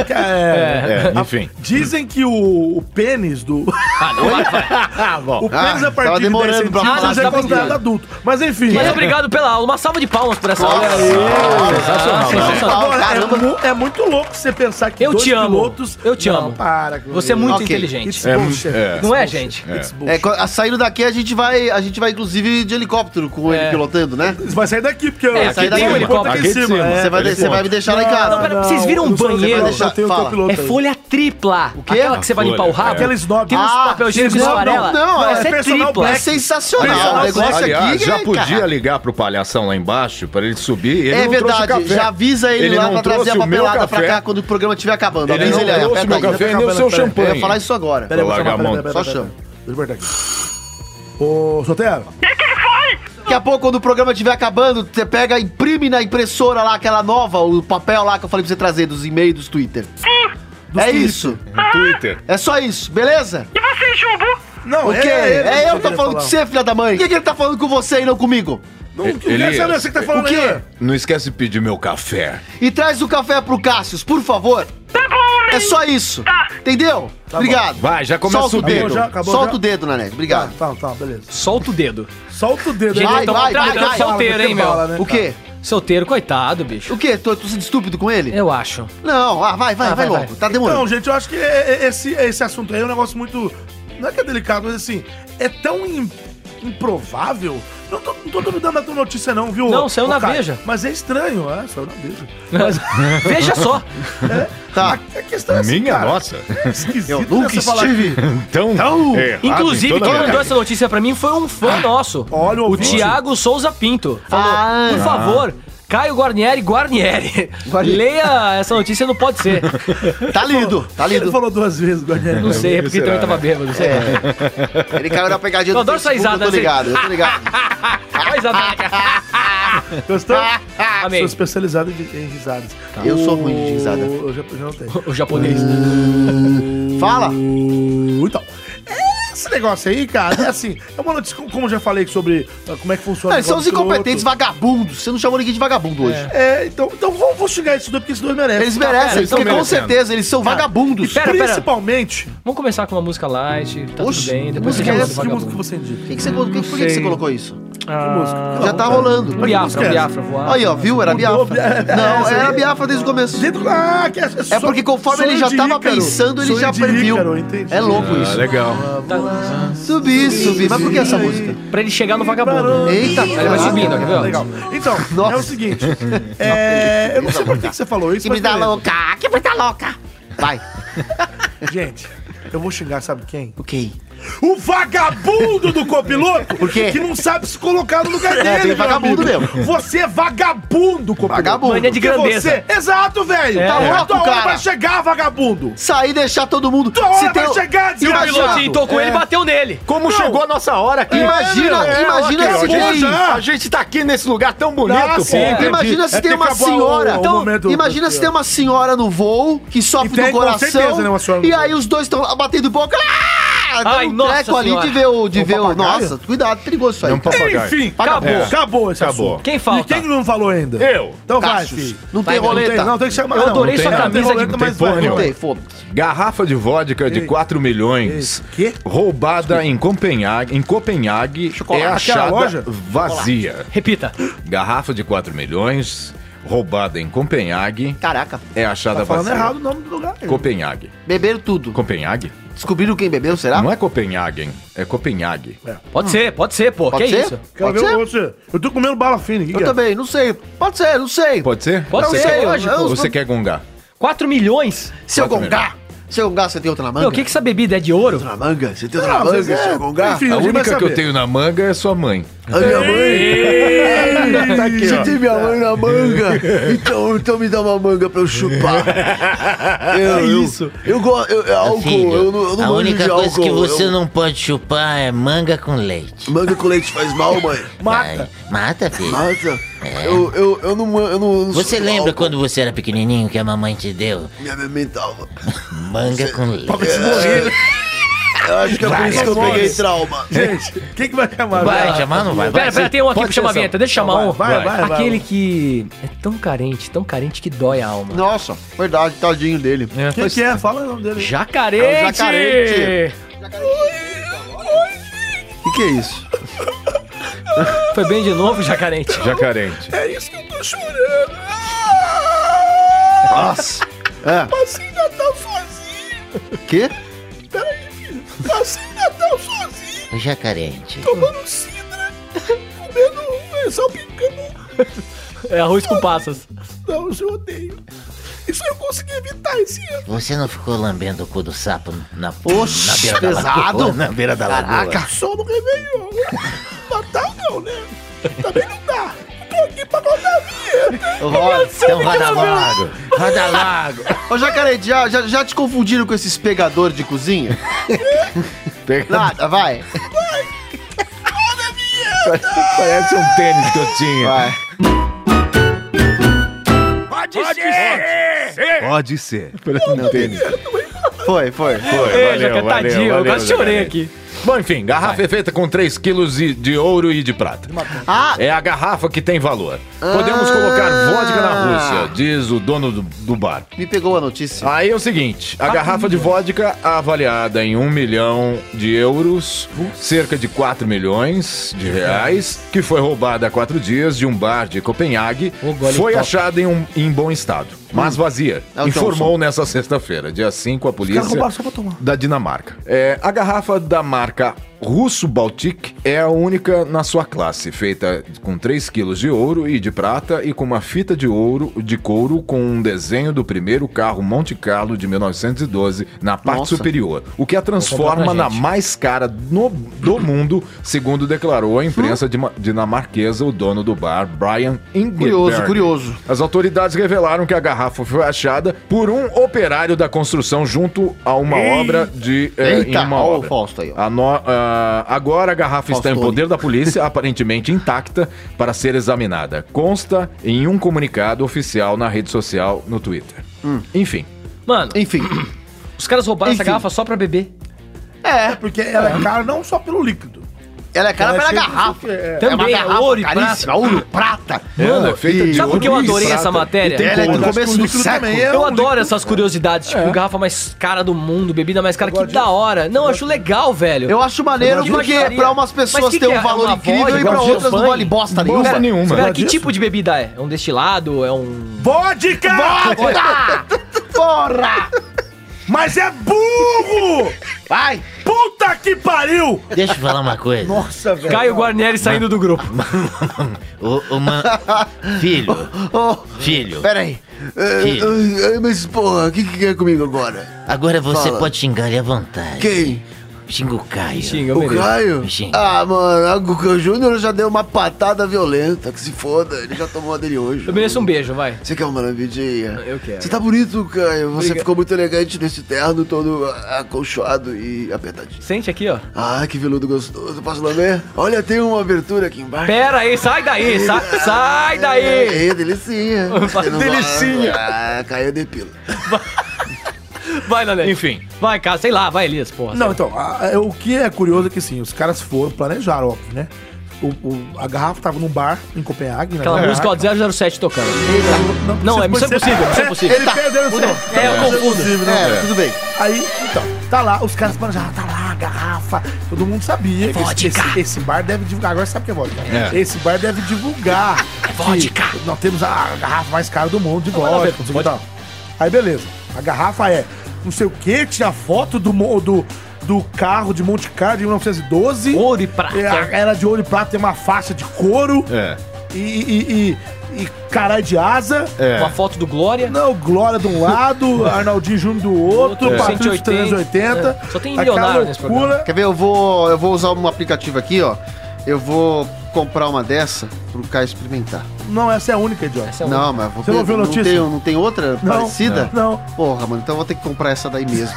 É, enfim. Dizem que o, o pênis do. Ah, não, vai, vai. Ah, bom. O pênis Ah, a partir tava de 10 demorando pra falar. centímetros já Tá é considerado brincando. adulto. Mas enfim. é é? Mas obrigado pela aula. Uma salva de palmas por essa aula. Olha aí. Ah, Sensacional, sensacional. Agora, é mu- é, muito louco você pensar que Eu dois te amo. pilotos... Eu te Não, amo. para. Você é muito inteligente. It's É, bullshit. é. It's Não é, bullshit. gente? It's bullshit. É, co- a- saindo daqui a gente vai, a gente vai inclusive de helicóptero com ele pilotando, né? Vai sair daqui porque é, aqui sair tem daqui um eu helicóptero boto aqui aqui em cima. é, Você vai, de- você vai me deixar lá em casa. Não, pera, vocês viram um Eu sou- você vai banheiro? deixar- fala. É folha tripla. O quê? Aquela que você vai limpar o rabo? Folha, é. Aquela snob. Tem uns Ah, papel higiênico snob, esfarela. não, não, é essa é personal tripla. black. É sensacional, Personal o negócio black. Aliás, aqui é, já cara. podia ligar pro palhação lá embaixo pra ele subir. Ele é não trouxe o verdade, café. já avisa ele, lá não pra trazer a trouxe o meu papelada pra café. cá quando o programa estiver acabando. Ele Avisa não aí, trouxe aperta meu aí. café e nem o seu Peraí, champanhe. Eu ia falar isso agora. Peraí, eu vou chamar, peraí, peraí, Só peraí, chama. peraí, peraí. Ô, Sotero. Daqui a pouco, quando o programa estiver acabando, você pega, imprime na impressora lá, aquela nova, o papel lá que eu falei pra você trazer, dos e-mails, dos Twitter. é Twitter. isso. No Twitter. É só isso, beleza? E você, Jumbo? Não, o é quê? É, ele que eu que tô queria falando falar. com você, filha da mãe. Por que, que ele tá falando com você e não comigo? Não, o que- Ele- essa não é você que tá falando O quê? aí, Não esquece de pedir meu café. E traz o café pro Cassius, por favor. Tá bom, É só isso. Entendeu? Tá Obrigado. bom. Vai, já começa Solta o dedo. dedo. Já acabou, Solta já? o dedo, Nanete. Obrigado. Tá, tá, beleza. Solta o dedo. Solta o dedo. Gente, Vai, então vai, vai, tratando vai. solteiro, hein, meu? Tá, Fala, né? O quê? Solteiro, coitado, bicho. O quê? Tô, tô sendo estúpido com ele? Eu acho. Não, ah, vai, vai, vai, Ah, vai, logo. vai. Tá demorando. Então, gente, eu acho que é- é- esse, esse assunto aí é um negócio muito. Não é que é delicado, mas assim, é tão im- improvável. Não tô, não tô duvidando da tua notícia, não, viu? Não, saiu ô, na Caio? Veja. Mas é estranho, é, saiu na Veja. Veja só. Tá. A questão é assim, Minha cara, nossa. É esquisito Eu nunca você falar estive que- Então, Inclusive, quem mandou essa notícia pra mim foi um fã nosso. Olha o ouvinte. Thiago Souza Pinto. Falou, Ah. por favor, Caio Guarnieri, Guarnieri, Guarnieri. leia essa notícia, não pode ser. Então, Tá lido, tá lido. Ele falou duas vezes, Guarnieri. Não sei, é porque Será, também tava né? bêbado. não sei. É. Ele caiu na pegadinha Eu adoro essa risada, eu tô assim. ligado, eu tô ligado. Olha a risada. Gostou? Amei. Sou especializado em, em risadas. Ah, Tá, Ah, Eu sou ruim de risada. Hum. Eu já, eu já não tenho. O japonês. Fala. Uh, Então. Esse negócio aí, cara, é assim. É uma notícia, como- como eu já falei sobre ah, como é que funciona. Ah, eles são os negócio do incompetentes outro. vagabundos. Você não chamou ninguém de vagabundo hoje. É, é, então, então vamos, vamos xingar esses dois, porque esses dois merecem. Tá, Eles merecem, então Eles tão porque com merecendo. certeza eles são vagabundos. E Pera, pera. principalmente. Vamos começar com uma música light, tá Oxe, tudo bem. que Depois música a é gente essa? fala Que do música vagabundo. O que, que você, colocou- por que que você colocou isso? Ah, Já tá rolando. Biafra, Biafra, voar. Aí, ó, viu? Era Biafra. é, Não, era Biafra desde o começo. Ah, que é, É porque conforme ele já tava pensando, ele já previu. É louco Ah, isso. legal. Subir, subir. Mas por que essa música? Pra ele chegar no vagabundo. Eita, Ele vai subindo, ó, quer ver? ó? Legal. Então, é o seguinte. é, eu não sei por que que você falou isso, Que me mas dá beleza. louca, que me dá louca. Vai. Gente, eu vou xingar, sabe quem? Ok. O vagabundo do copiloto! Por quê? Que não sabe se colocar no lugar dele, É, tem meu vagabundo amigo. mesmo. Você é vagabundo, copiloto. Vagabundo. Mania é de Porque grandeza. É. você- Exato, velho. Tá a louco, tua hora cara. vai chegar, vagabundo. Sair e deixar todo mundo. Tua hora vai o- chegar, E o Tá pilotinho chato. tocou ele e bateu nele. Como chegou a nossa hora É, aqui? Imagina, imagina se ok, ó, gente, tem. a gente tá aqui nesse lugar tão bonito, Ah, pô. sim, entendi. Imagina se É tem que uma acabou o- senhora. o Então, momento- imagina se tem uma senhora no voo que sofre E tem, do com coração. certeza, né, uma senhora no e voo. aí os dois estão lá batendo boca. Ah! Dá Ai, um nossa treco ali senhora. de ver o. De É um ver o papagaio? nossa, cuidado, perigoso isso aí. É um papagaio. Enfim, Acabou. acabou. Acabou esse Acabou. assunto. Quem E falta? quem não falou ainda? Eu. Então vai, Cassius, filho. não tem Não tem, roleta. não, tem que chamar. Eu não, adorei não sua tem, não, camisa tem roleta, de- mas vai, tem porra não Não nenhuma. tem. tem, foda-se. Garrafa de vodka de 4 milhões. Quê? Roubada em Copenhague, em Copenhague é achada Aquela loja? vazia. Repita. Garrafa de 4 milhões, roubada em Copenhague, Caraca, é achada Tá falando vazia. errado o nome do lugar. aí. Copenhague. beberam tudo. Copenhague? Descobriram quem bebeu, será? Não é Copenhague, hein? é Copenhague. Pode ser, pode ser, pô. Hum. Pode que ser? isso? Quero Pode ver ser? o outro. Eu tô comendo bala fina. O que Eu que é? também, não sei. Pode ser, não sei. Pode ser? Pode Não ser, sei, lógico. eu- Ou você quer gongar? 4 milhões? Seu Pode Gongá. Seu Gongá, você tem outra na manga? Meu, o que que essa bebida é de ouro? Na manga? Você tem outra Ah, na manga, mas é, seu Gongá? Enfim, A gente vai única que eu saber. tenho na manga é sua mãe. A minha mãe. Tá aqui, Você ó. tem minha mãe na manga? Então, então me dá uma manga pra eu chupar. Eu, é isso. Eu gosto. Eu, é álcool. Filho, eu não, eu não a manjo única de coisa álcool. que você eu- não pode chupar é manga com leite. Manga com leite faz mal, mãe. Mata. mata, filho. Mata. Eu, eu, eu não. Eu não eu não é. Você sou lembra álcool. quando você era pequenininho que a mamãe te deu Minha mãe mentava. manga com leite? É. Eu acho que é por isso que eu peguei trauma. Gente, quem que vai chamar? Vai chamar ou não vai? Pera, Vai, pera, tem um aqui Pode pra chamar a ser, vinheta. Deixa eu chamar um. vai, vai, vai. Aquele que é tão carente, tão carente que dói a alma. Nossa, verdade, tadinho dele. Quem que é? Fala o nome dele. Jacarente! É o jacarente. O que, que é isso? Foi bem de novo, jacarente. Jacarente. É isso que eu tô chorando. Ah, Nossa. É. Passei Natal tá sozinho. Quê? Peraí, filho. Passei Natal tá sozinho. Já carente. Tomando cidra. Comendo um, é, salpicando. um. É arroz com passas. Não, eu odeio. Isso eu consegui evitar esse ano. Você não ficou lambendo o cu do sapo na, Oxe, na beira da pesado. lagoa? Na beira da Ah, lagoa. Caraca. Só no Réveillon. Natal não, né? Também não dá. Tô aqui pra contar a vinheta. Roda. Então roda logo. Roda logo. Ô, Jacarete, já, já, já te confundiram com esses pegadores de cozinha? Nada, vai. Parece um tênis que eu tinha. Vai. Pode, ser! Pode ser. Parece um tênis. Foi, foi. Foi, Ei, jacaré, tadinho, eu valeu, quase chorei jacaré. aqui. Bom, enfim, garrafa é feita com 3 quilos e- de ouro e de prata. Ah, É a garrafa que tem valor. Podemos Ah. colocar vodka na Rússia, diz o dono do, do bar. me pegou a notícia. Aí é o seguinte, a garrafa de vodka avaliada em 1 milhão de euros, cerca de 4 milhões de reais, que foi roubada há quatro dias de um bar de Copenhague, Ô, gole foi top. achada em, um- em bom estado, mas vazia. É o Informou nessa sexta-feira, dia 5, a polícia roubaram só pra tomar. da Dinamarca. É, a garrafa da marca Russo Baltic é a única na sua classe, feita com 3 quilos de ouro e de prata e com uma fita de ouro de couro com um desenho do primeiro carro Monte Carlo de 1912 na parte Nossa. superior, o que a Vou transforma comprar pra na gente. mais cara no- do mundo, segundo declarou a imprensa dima- dinamarquesa o dono do bar, Brian Ingberg. Curioso, curioso. As autoridades revelaram que a garrafa foi achada por um operário da construção junto a uma obra de é, em Eita, uma ó o obra. Fausto aí, ó. A no- ah, agora a garrafa está em Faustone. poder da polícia, aparentemente intacta, para ser examinada. Consta em um comunicado oficial na rede social no Hum. Twitter. Enfim. Mano, Enfim. os caras roubaram essa Enfim. garrafa só pra beber. É. porque ela é cara não só pelo líquido. Ela é cara Ela é pela cheia de garrafa. açúcar, é. Também, é ouro e caríssima, prata. ouro, prata. Mano, Ela é feita e- de sabe por que eu ouro e adorei prata. essa matéria? E tem- ela é do Porque começo o do líquido século. também é Eu adoro essas curiosidades, É. tipo, garrafa mais cara do mundo, bebida mais cara, que da hora. Não, eu acho legal, velho. Eu acho maneiro Eu porque gostaria. pra umas Mas pessoas que tem que um é? valor Uma incrível vodka, e pra um outras não champanhe? vale bosta Bosta nenhuma. nenhuma. Espera, Ela que tipo de bebida é? É um destilado? É um. Vodka! Porra! Mas é burro! Vai! Puta que pariu! Deixa eu falar uma coisa. Nossa, velho. Caio Guarnieri saindo do grupo. Ô, ô, man- Filho, Oh, filho, Pera aí. Que? Ah, ah, mas, porra, o que que quer comigo agora? agora você Fala. pode xingar ele à vontade. Quem? Xinga o Caio. Xinga, eu O mereço. Caio? Gente. Ah, mano, a Guga Júnior já deu uma patada violenta, que se foda, ele já tomou a dele hoje. Eu mereço um beijo, vai. Você quer uma lambidinha? Eu quero. Você tá bonito, Caio. Você Obrigado. ficou muito elegante nesse terno todo ah, acolchoado e apertadinho. Sente aqui, ó. Ah, que veludo gostoso. Posso lamber? Olha, tem uma abertura aqui embaixo. Pera aí, sai daí, sa- sai daí! É, delicinha. Você não Delicinha. vai- Ah, Caio depila. Vai, Nanete. Enfim. Vai, cara, sei lá, vai, Elias, porra. Não, então, a- a- o que é curioso é que sim, os caras foram, planejaram, óbvio, né? O, o- a garrafa tava num bar em Copenhague, né? Aquela música, ó, 007 tocando. Não, Não, é Missão possível. Impossível, Missão Impossível. Ele perdeu o seu. É, eu confundo. É, tudo bem. Aí, então, tá lá, os caras planejaram, tá lá, a garrafa. Todo mundo sabia. que Esse, esse, esse bar deve divulgar. Agora sabe o que é vodka. É. Esse bar deve divulgar. É vodka. Nós temos a garrafa mais cara do mundo de vodka. não sei o que tal. Aí, beleza. A garrafa é não sei o que, tinha foto do, mo- do, do carro de Monte Carlo de 1912. Ouro e prata. É, a- Era de ouro e prata, tem uma faixa de couro É. e, e, e, e caralho de asa. É. Uma foto do Glória. Não, Glória de um lado, Arnaldinho Júnior do outro, Outro, Patrício 180, 380. é. Só tem Aquela milionário nesse loucura. programa. Quer ver? Eu vou, eu vou usar um aplicativo aqui, ó. Eu vou comprar uma dessa pro Caio experimentar. Não, essa é a única, idiota. Essa é uma. Não, mas vou Você não ouviu não notícia? tem, não tem outra parecida? Não. Porra, mano, então eu vou ter que comprar essa daí mesmo.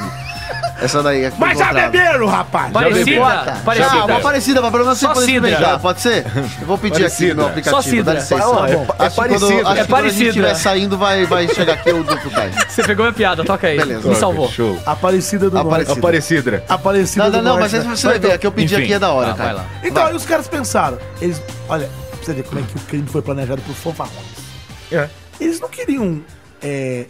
essa daí é que Mas já encontraram. beberam, rapaz! Parecida, Bota. parecida. Já, uma parecida, pra pelo menos Só você poder sidra. experimentar, pode ser? Eu vou pedir aqui Parecida. no aplicativo, Só sidra. dá licença. Ó, é- é acho que quando, parecida. acho É que quando a gente parecida. estiver saindo, vai, vai chegar aqui o duplo Caio. Você pegou minha piada, toca aí. Beleza. Me Toca, salvou. Show. Aparecida do Aparecida. Norte. Aparecidra. Aparecida Não, do não, não, mas Norte, aí né? você vai ver, a que eu pedi Enfim. aqui é da hora, Ah, cara. vai lá. Então, aí os caras pensaram. Eles, olha, pra você ver como é que o crime foi planejado por fanfarrões. É. Eles não queriam é,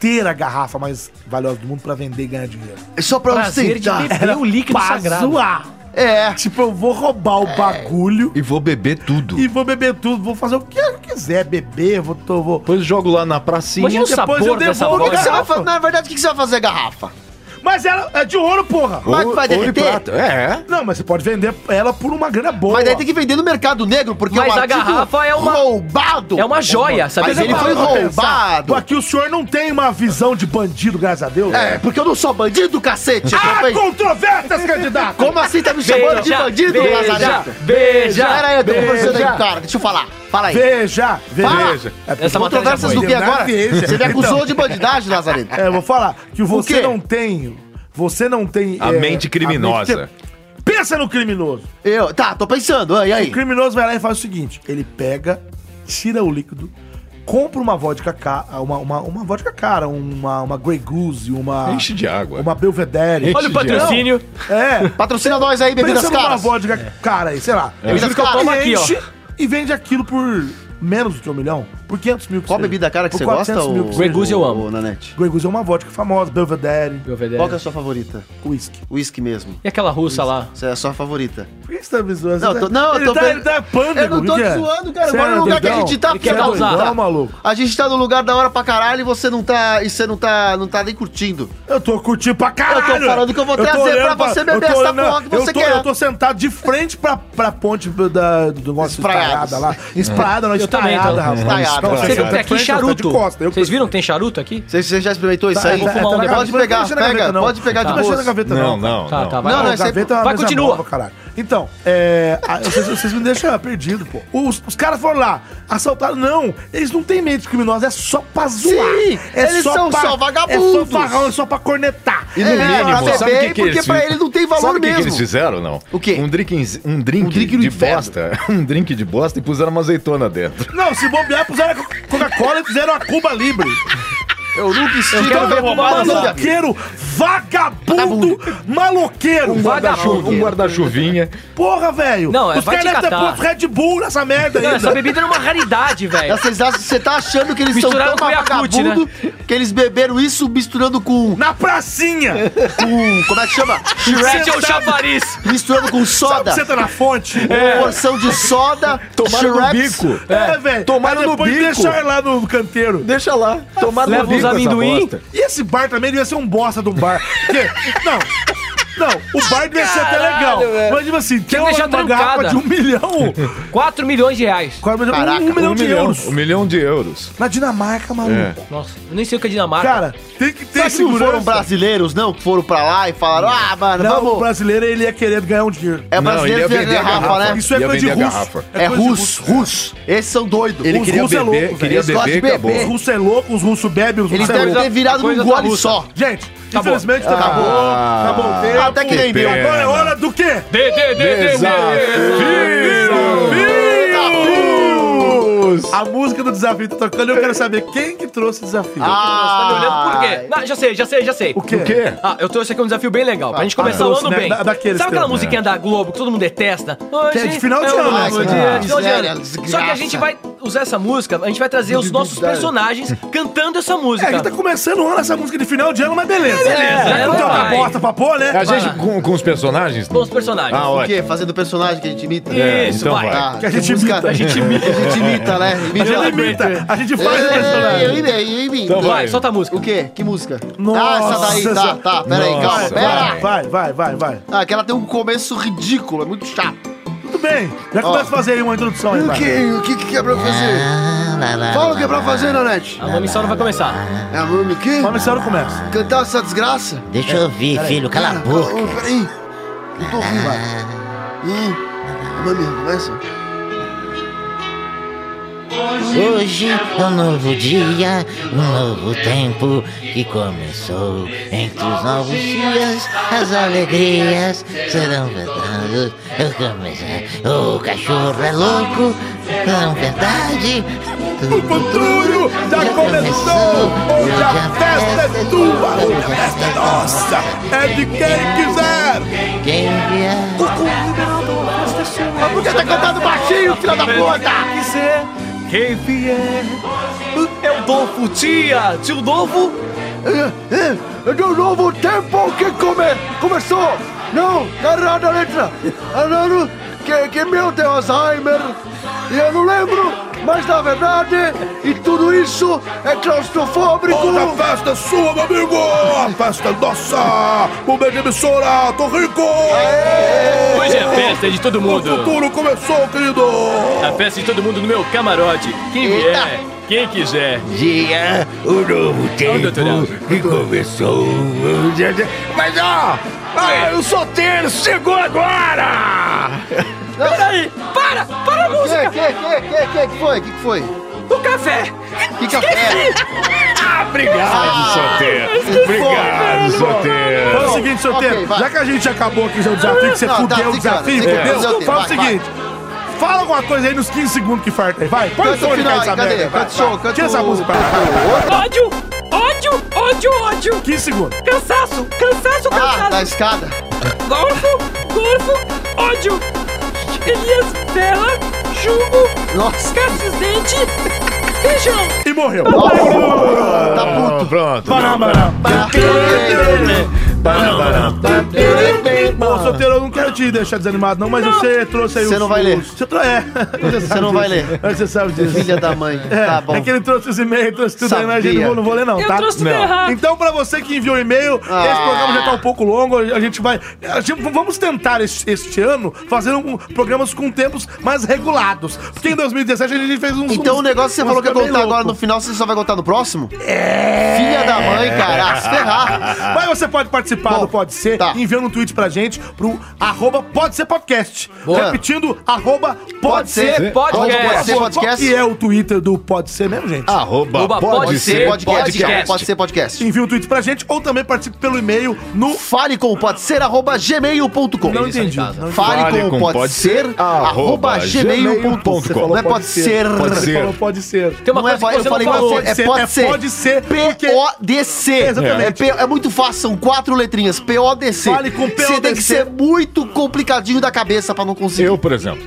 ter a garrafa mais valiosa do mundo pra vender e ganhar dinheiro. É Só pra Prazer de ostentar. beber o líquido pra sagrado. zoar. É. Tipo, eu vou roubar o bagulho E vou beber tudo. e vou beber tudo, vou fazer o que eu quiser, beber, vou... Tô, vou... Depois jogo lá na pracinha. Imagina o depois eu sabor dessa O devolvo que, que você voz. garrafa. vai fazer? Na verdade, o que, que você vai fazer, garrafa? Mas ela é de ouro, porra! Vai que vai Ouro e derreter? prata. É. Não, mas você pode vender ela por uma grana boa. Mas é daí tem que vender no mercado negro, porque Mas o a artigo garrafa é uma- roubado. É uma joia, sabe? Mas ele foi Pra pensar, roubado. Aqui o senhor não tem uma visão de bandido, graças a Deus. É, porque eu não sou bandido, cacete. eu Há também- controvérsias, candidato! Como assim tá me chamando de bandido, Lazarento? beija, Pera aí, eu tô conversando aí com beija. o cara. Deixa eu falar. Fala aí. Veja, Fala. veja. É porque Essa matéria Conversas já do foi. que agora? Veja. Você me acusou Então. de bandidagem, Lazarento. É, eu vou falar que você quê? não tem... Você não tem... A é, mente criminosa. a Pensa no criminoso. Eu, tá, tô pensando. ah, E O aí? criminoso vai lá e faz o seguinte: ele pega, tira o líquido, compra uma vodka cara, uma, uma, uma vodka cara, uma, uma Grey Goose, uma. Enche de água. Uma Belvedere. Olha o patrocínio. É. Patrocina nós aí, bebidas Pensa numa caras. vodka cara aí, sei lá. Bebidas juro É. que eu caras. tomo E aqui, ó. enche e vende aquilo por menos do que um milhão, por 500 mil. que Qual seja. bebida cara que Por você gosta? 400 mil que ô- seja. Grey Goose eu ô- amo. ô, Nanete. Grey Goose é uma vodka famosa, Belvedere, Qual que é a sua favorita? whisky. Whisky mesmo. E aquela russa lá? Essa é a sua favorita. Por que você tá me zoando? Não, Você eu tô- tá- não, eu ele tô tá, pe- ele tá pânico, Eu não tô o que que te é? zoando, cara. Você Agora é no lugar que a doidão? gente tá, Ele quer filha da causar. puta. doidão, maluco. A gente tá no lugar da hora pra caralho e você não tá. E você não tá. Não tá nem curtindo. Eu tô curtindo pra caralho. Eu tô falando que eu vou tô trazer olhando pra você beber eu tô essa olhando- porra que você eu tô, quer. Eu tô sentado de frente pra, pra ponte da, do negócio Espraiados. espraiada lá. Espraiada, também não, tô. espraiada, rapaz. Espraiada. Não, Você Vocês tá viu de que tem aqui frente, tá de charuto? costa, eu- Vocês viram? Tem charuto aqui? Você, você já experimentou isso Tá, aí? tá, tá, fumar um tá, negócio. Pode pegar, deixa na gaveta, pega, não. Tá. pode pegar de Não deixa boa. na gaveta, Não, não. não, Tá, tá, não. vai. Não, lá. não, Não, isso aí- gaveta é uma Vai, mesa continua. nova, caralho. Então, é, a- vocês, vocês me deixam perdido, pô. Os, os caras foram lá, assaltaram. Não, eles não têm mente criminosa, é só pra zoar. Sim, é eles são só vagabundos. É só farrão, é só pra cornetar. E no É, pra mínimo, beber, sabe o que, que porque eles pra fi- ele não tem valor sabe o que que mesmo. eles fizeram, não? O quê? Um drink, um drink, Um drink no de inferno. bosta. Um drink de bosta e puseram uma azeitona dentro. Não, se bobear, puseram a Co- Coca-Cola e fizeram a Cuba Libre. Eu nunca estive quero ver tão roubada roubado lá. na minha vida. Maloqueiro vagabundo maloqueiro. Um Ah, guarda-chuva, um guarda-chuvinha. Porra, velho. Não, é, Os vai caras te devem ter catar. posto Red Bull nessa merda Não, é ainda. essa bebida era uma raridade, velho. Vocês acham- Você tá achando que eles são tão Misturaram com Yakult, vagabundo que eles beberam isso misturando com. Na pracinha! Com. Como é que chama? Shrek é o Sentado. chafariz. misturando com soda. Você tá na fonte. Uma porção de soda, Tomaram no Shrek. bico. É, velho. Tomaram Mas no depois bico. deixar lá no canteiro. Deixa lá. Tomaram Leva no uns bico essa amendoim. bosta. E esse bar também devia ser um bosta do bar. Porque, não. Não, o bar devia ser até legal. Mas, tipo assim, tem uma, deixar uma garrafa trancada. de um milhão. 4 milhões de reais. Quase um, Caraca, um milhão Um de milhão, euros. um milhão de euros. Na Dinamarca, maluco. É. Nossa, eu nem sei o que é Dinamarca. Cara, tem que ter Será que não um foram brasileiros, não? Que foram pra lá e falaram, ah, mano, Não, o vamos. brasileiro, ele ia querer ganhar um dinheiro. É Não, ele brasileiro ia que vende vender a garrafa, garrafa. né? Isso é Ia coisa de vender a russo. garrafa. É coisa de russo, russo. Esses são doidos. Ele Os queria russos é beber, louco, velho. queria Eles beber gostam de e acabou. Os russos é louco, os russos bebem, os Eles russos é devem louco. ter virado coisa num tá gole russa. só. Gente, infelizmente tá acabou, acabou o tempo. Até que nem deu. Agora é hora do quê? Dê, dê, é dê, dê, Desafios! A música do desafio tá tocando e eu quero saber quem que trouxe o desafio. Ah, Tá me olhando por quê? Não, já sei, já sei, já sei. o quê? O quê? Ah, eu trouxe aqui um desafio bem legal, pra gente começar o trouxe, ano né? bem. Da- daqueles Sabe aquela teus, musiquinha da Globo que todo mundo detesta? Hoje Que é de final de é o ano, nosso né? dia Ah, de final de miséria, ano. Só que desgraça. a gente vai usar essa música, a gente vai trazer os nossos personagens cantando essa É, a gente tá música. começando o ano essa música de final de ano, mas beleza. beleza, Já que não tem vai. outra bosta pra pôr, né? A gente com, com os personagens? Com os personagens. Ah, O ótimo. quê? Fazendo personagem que a gente imita? É, Isso, então vai. vai. Ah, Que a gente imita. A gente imita. A gente imita, né? Imita. Não limita, a gente faz o É, Eu personagem. imito, eu imito. Então Vai, solta a música. O quê? Que música? Nossa, ah, essa daí, tá, essa- tá. Pera aí, calma, Nossa, pera. Vai, vai, vai, vai, vai. Ah, que ela tem um começo ridículo, é muito chato. Tudo bem, já começa a fazer aí uma introdução aí, vai. o que, que é pra fazer? Ah, lá, lá, Fala o lá, que é pra lá. fazer, Nanete. A missão vai começar. É o nome o quê? Mas o Marcelo começa. Cantar essa desgraça? Deixa eu ouvir, filho, cala a boca. Ô, Peraí. Não tô ouvindo, vai. Ah. Hum, Mami, começa. Hoje é um novo dia, um novo tempo que começou. Entre os novos dias, as alegrias serão verdade. Eu comecei. O cachorro é louco, não verdade. O futuro já começou, hoje a festa é tua, hoje a festa é nossa, é de quem quiser. Quem vier. Por que tá cantando baixinho, filha da puta? quiser, quem vier. É o Dolfo, tia! Tio Dolfo? De um novo tempo que come, começou. Não, errada a letra. Errado que, que meu tem Alzheimer. E eu não lembro, mas na verdade, e tudo isso é claustrofóbico. Outra festa é sua, meu amigo! A festa é nossa! Mudei de emissora, tô rico! Hoje é a festa de todo O mundo. É futuro começou, querido! Tá A festa de todo mundo no meu camarote. Quem vier, quem quiser. Dia, o novo tempo doutorado. que começou. Mas ó, ah, eu sou terço, chegou agora! Peraí, para, para a Que, música. que, que, que, que, que foi? Que que foi? O café. Que café? Ah, Ah, obrigado, Soteiro! Obrigado, Faz Soteiro! É o seguinte, seu Ok, tempo, vai. já que a gente acabou aqui já o desafio, que você Não, tá, fudeu o se desafio, cala, se cala, seu fudeu, tempo, fala o vai, seguinte. Fala alguma coisa aí nos 15 segundos que farta aí, vai. Põe o Canta o fone final pra aí, essa cadê? merda. vai, Canta o show, vai. canta Tira essa o- música pra cá. Ódio, ódio, ódio, ódio. 15 segundos. Cansaço, cansaço, Ah, cansaço. da escada. Golfo, golfo, é ódio. Elias Ferra, chumbo, Nossa, cacizente, feijão. E morreu. tá Pronto, pronto. Bom, solteiro, eu não quero te deixar desanimado, não, mas você trouxe aí Você os- não vai ler. os- Você trouxe. É. Você não vai ler. Você sabe puto. disso. Filha da mãe. É, Tá bom. é que ele trouxe os e-mails, trouxe tudo aí, mas Sabia. eu não vou ler não, Eu tá? trouxe tudo Não. errado. Então, pra você que enviou e-mail, Ah. esse programa já tá um pouco longo, a gente vai... a gente- vamos tentar este, este ano fazer um- programas com tempos mais regulados, porque em 2017 a gente fez um... Então o negócio que você falou que ia contar agora no no final, você só vai contar no próximo? É. Filha da mãe, cara. Ah, se ferrar. Mas você pode participar Bom, do Pode Ser, tá. enviando um tweet pra gente pro arroba Pode Ser Podcast. Boa. Repetindo, arroba Pode, Pode Ser ser, pode Arroba ser. Pode ser Qual podcast. Ah. que é o Twitter do Pode Ser mesmo, gente? Arroba, Arroba, pode, pode ser, ser, podcast. podcast. Pode ser podcast. Envia um tweet pra gente ou também participe pelo e-mail no... Fale com o pode ser arroba gmail.com. Não entendi. Fale com o pode ser arroba gmail.com. Você falou Não é pode pode ser. ser. Você Ser. falou Pode Ser. Tem uma Não é coisa que pode, eu você não falei falou. pode ser, é pode ser. Pode Ser, porque... P-O-D-C. É, P- é muito fácil, são quatro letrinhas. PODC. Fale com Você tem que PODC. ser muito complicadinho da cabeça pra não conseguir. Eu, por exemplo.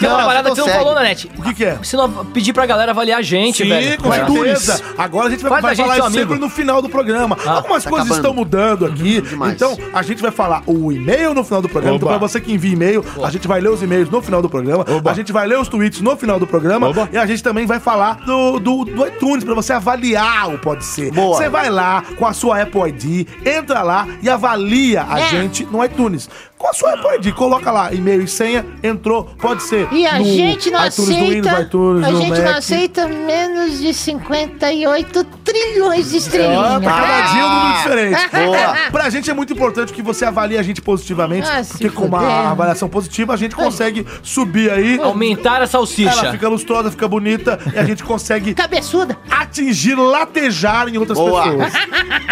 Tem uma Não, parada que você não consegue. falou, Nanete. um O que que é? Se não pedir pra galera avaliar a gente, velho. É. com certeza. Agora a gente vai, Faz da vai gente falar seu isso amigo. sempre no final do programa. Algumas tá coisas acabando. estão mudando aqui. Demais. Então, a gente vai falar o e-mail no final do programa. Então, pra Oba. você que envia e-mail, a gente vai ler os e-mails no final do programa. Oba. A gente vai ler os tweets no final do programa. Oba. E a gente também vai falar do, do, do iTunes, pra você avaliar o Pode Ser. Boa. Você vai lá com a sua Apple ID, entra lá e avalia a gente no iTunes. Com a sua Apple ID, coloca lá e-mail e senha, entrou, pode ser. E a no gente não iTunes, aceita. No Windows, iTunes, a no gente não Mac. aceita menos de 58 trilhões de estrelinhas. Pra cada dia é um número diferente. Boa. Pra gente é muito importante que você avalie a gente positivamente, Ah, se porque com fuder. uma avaliação positiva a gente consegue subir aí. Aumentar a Ela salsicha. fica lustrosa, fica bonita e a gente consegue Cabeçuda. atingir, latejar em outras Boa. pessoas.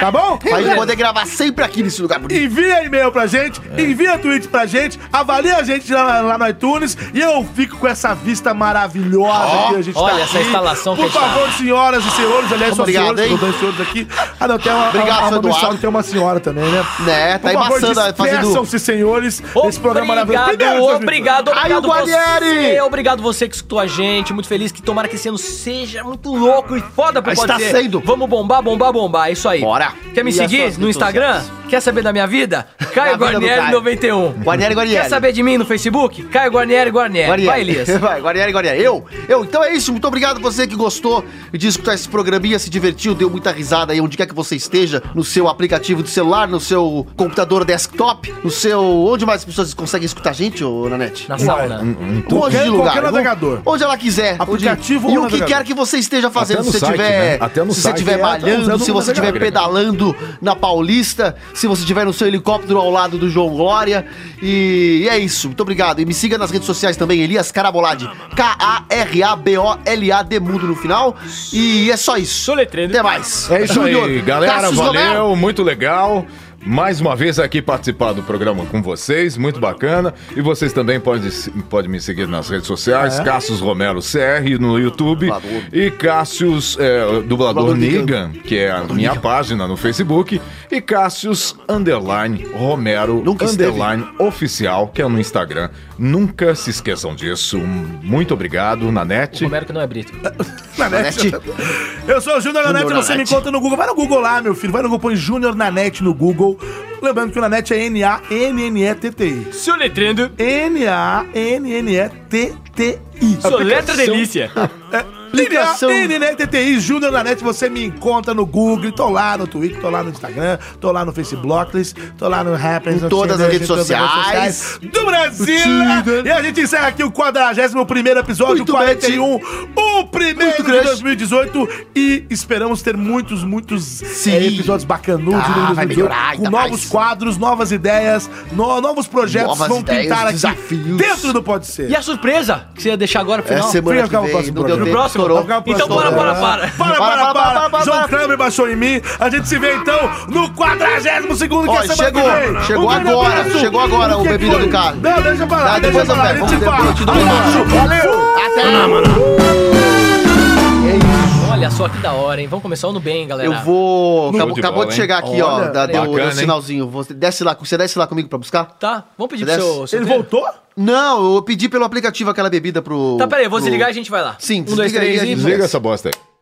Tá bom? Pra gente poder gravar sempre aqui nesse lugar bonito. Envia e-mail pra gente, É. envia tweet pra gente, avalia a gente lá, lá no iTunes e eu fico com essa vista maravilhosa que a gente olha tá essa aqui. instalação que Por a gente tá. favor, senhoras e senhores, aliás, só Obrigado, senhores, hein? são dois senhores aqui. Ah, não, tem uma, Obrigado, a, a, seu Eduardo. a, tem uma senhora também, né? Né, tá embaçando, a- fazendo... se senhores, desse programa é maravilhoso. Obrigado, seus obrigado, Aí o obrigado Guarnieri! você. Obrigado você que escutou a gente. Muito feliz que tomara que esse ano seja muito louco e foda pro Ah, Pode está Ser. sendo. Vamos bombar, bombar, bombar. É isso aí. Bora. Quer me E as seguir suas no Instagram? Quer saber da minha vida? Caio Da vida do Caio. Guarnieri91. Guarnieri, Guarnieri. Quer saber de mim no Facebook? Caio Guarnieri Guarnieri. Vai, Elias. Vai, Guarnieri, Guarnieri. Eu, eu. Então é isso. Muito obrigado você que gostou de escutar esse programinha, se divertiu, deu muita risada aí, onde quer que você esteja, no seu aplicativo de celular, no seu computador desktop, no seu... Onde mais as pessoas conseguem escutar a gente, ô Nanete? Na sauna. Onde qualquer- de lugar. qualquer onde- navegador. Onde ela quiser. onde- Aplicativo E ou o que navegador. quer que você esteja fazendo. Até Se no você site, tiver, né? Até no se você site estiver é- tá malhando, usando se o você estiver navegador. pedalando na Paulista, se você estiver no seu helicóptero ao lado do João Glória. E, e é isso. Muito obrigado. E me siga nas redes sociais também, Elias Carabolade. K-A-R-A-B-O-L-A-D Mundo no final. E é só isso. Soletrando. Até mais. É isso aí, Júnior, galera. Cassius valeu, Romero. muito legal. Mais uma vez aqui participar do programa com vocês, muito bacana. E vocês também podem, se- podem me seguir nas redes sociais, Cassius Romero CR no YouTube Dublador. e Cassius é, o Dublador, Dublador Nigan, que é a minha página no Facebook, e Cassius Underline Romero Nunca esteve. Underline Oficial, que é no Instagram. Nunca se esqueçam disso. Muito obrigado, Nanete. Romero que não é brito. Nanete. Eu sou o Júnior Nanete, você me encontra no Google. Vai no Google lá, meu filho. Vai no Google, põe Júnior Nanete no Google. Lembrando que o Nanete é N-A-N-N-E-T-T-I. Soletrando. N-A-N-N-E-T-T-I. Soletra delícia. É, Ligação. NNTTI, Júnior na net, você me encontra no Google, tô lá no Twitter, tô lá no Instagram, tô lá no Facebook, tô lá no Rappers, Em no todas Tinder, as redes em todas sociais. sociais do Brasil. E a gente encerra aqui o 41º episódio, Muito 41, o primeiro Muito de grande. 2018 e esperamos ter muitos, muitos eh, episódios bacanudos Ah, em vai 2018, melhorar ainda com novos mais. quadros, novas ideias, no- novos projetos Novas vão ideias, pintar aqui desafios. dentro do Pode Ser. E a surpresa que você ia deixar agora pro É final? semana Fica que com o vem. Não próximo deu programa. No tempo. próximo? estourou. Então Então bora, bora, para. Para, para, para, para. João Kramer baixou em mim. A gente se vê então no 42 segundo que Ó, é semana chegou, que vem. chegou grande agora, abraço. chegou agora o que bebida foi? do Carlos. Não, deixa pra lá, Tá, depois deixa pra eu lá, a pego. gente Depois fala. eu te dou um Abraço, abraço. Valeu. Olha só que da hora, hein? Vamos começar o ano bem, galera. Eu vou. Show Acabou, de acabou bola, de hein? chegar aqui, ó. Olha, da- deu bacana, deu um hein? sinalzinho. Você desce lá, você desce lá comigo pra buscar? Tá? Vamos pedir pro Desce. seu, seu Ele treino? voltou? Não, eu pedi pelo aplicativo aquela bebida pro. Tá, peraí, eu vou pro- desligar e a gente vai lá. Sim, um, dois, desliga aí, três a e... gente- Desliga essa bosta aí.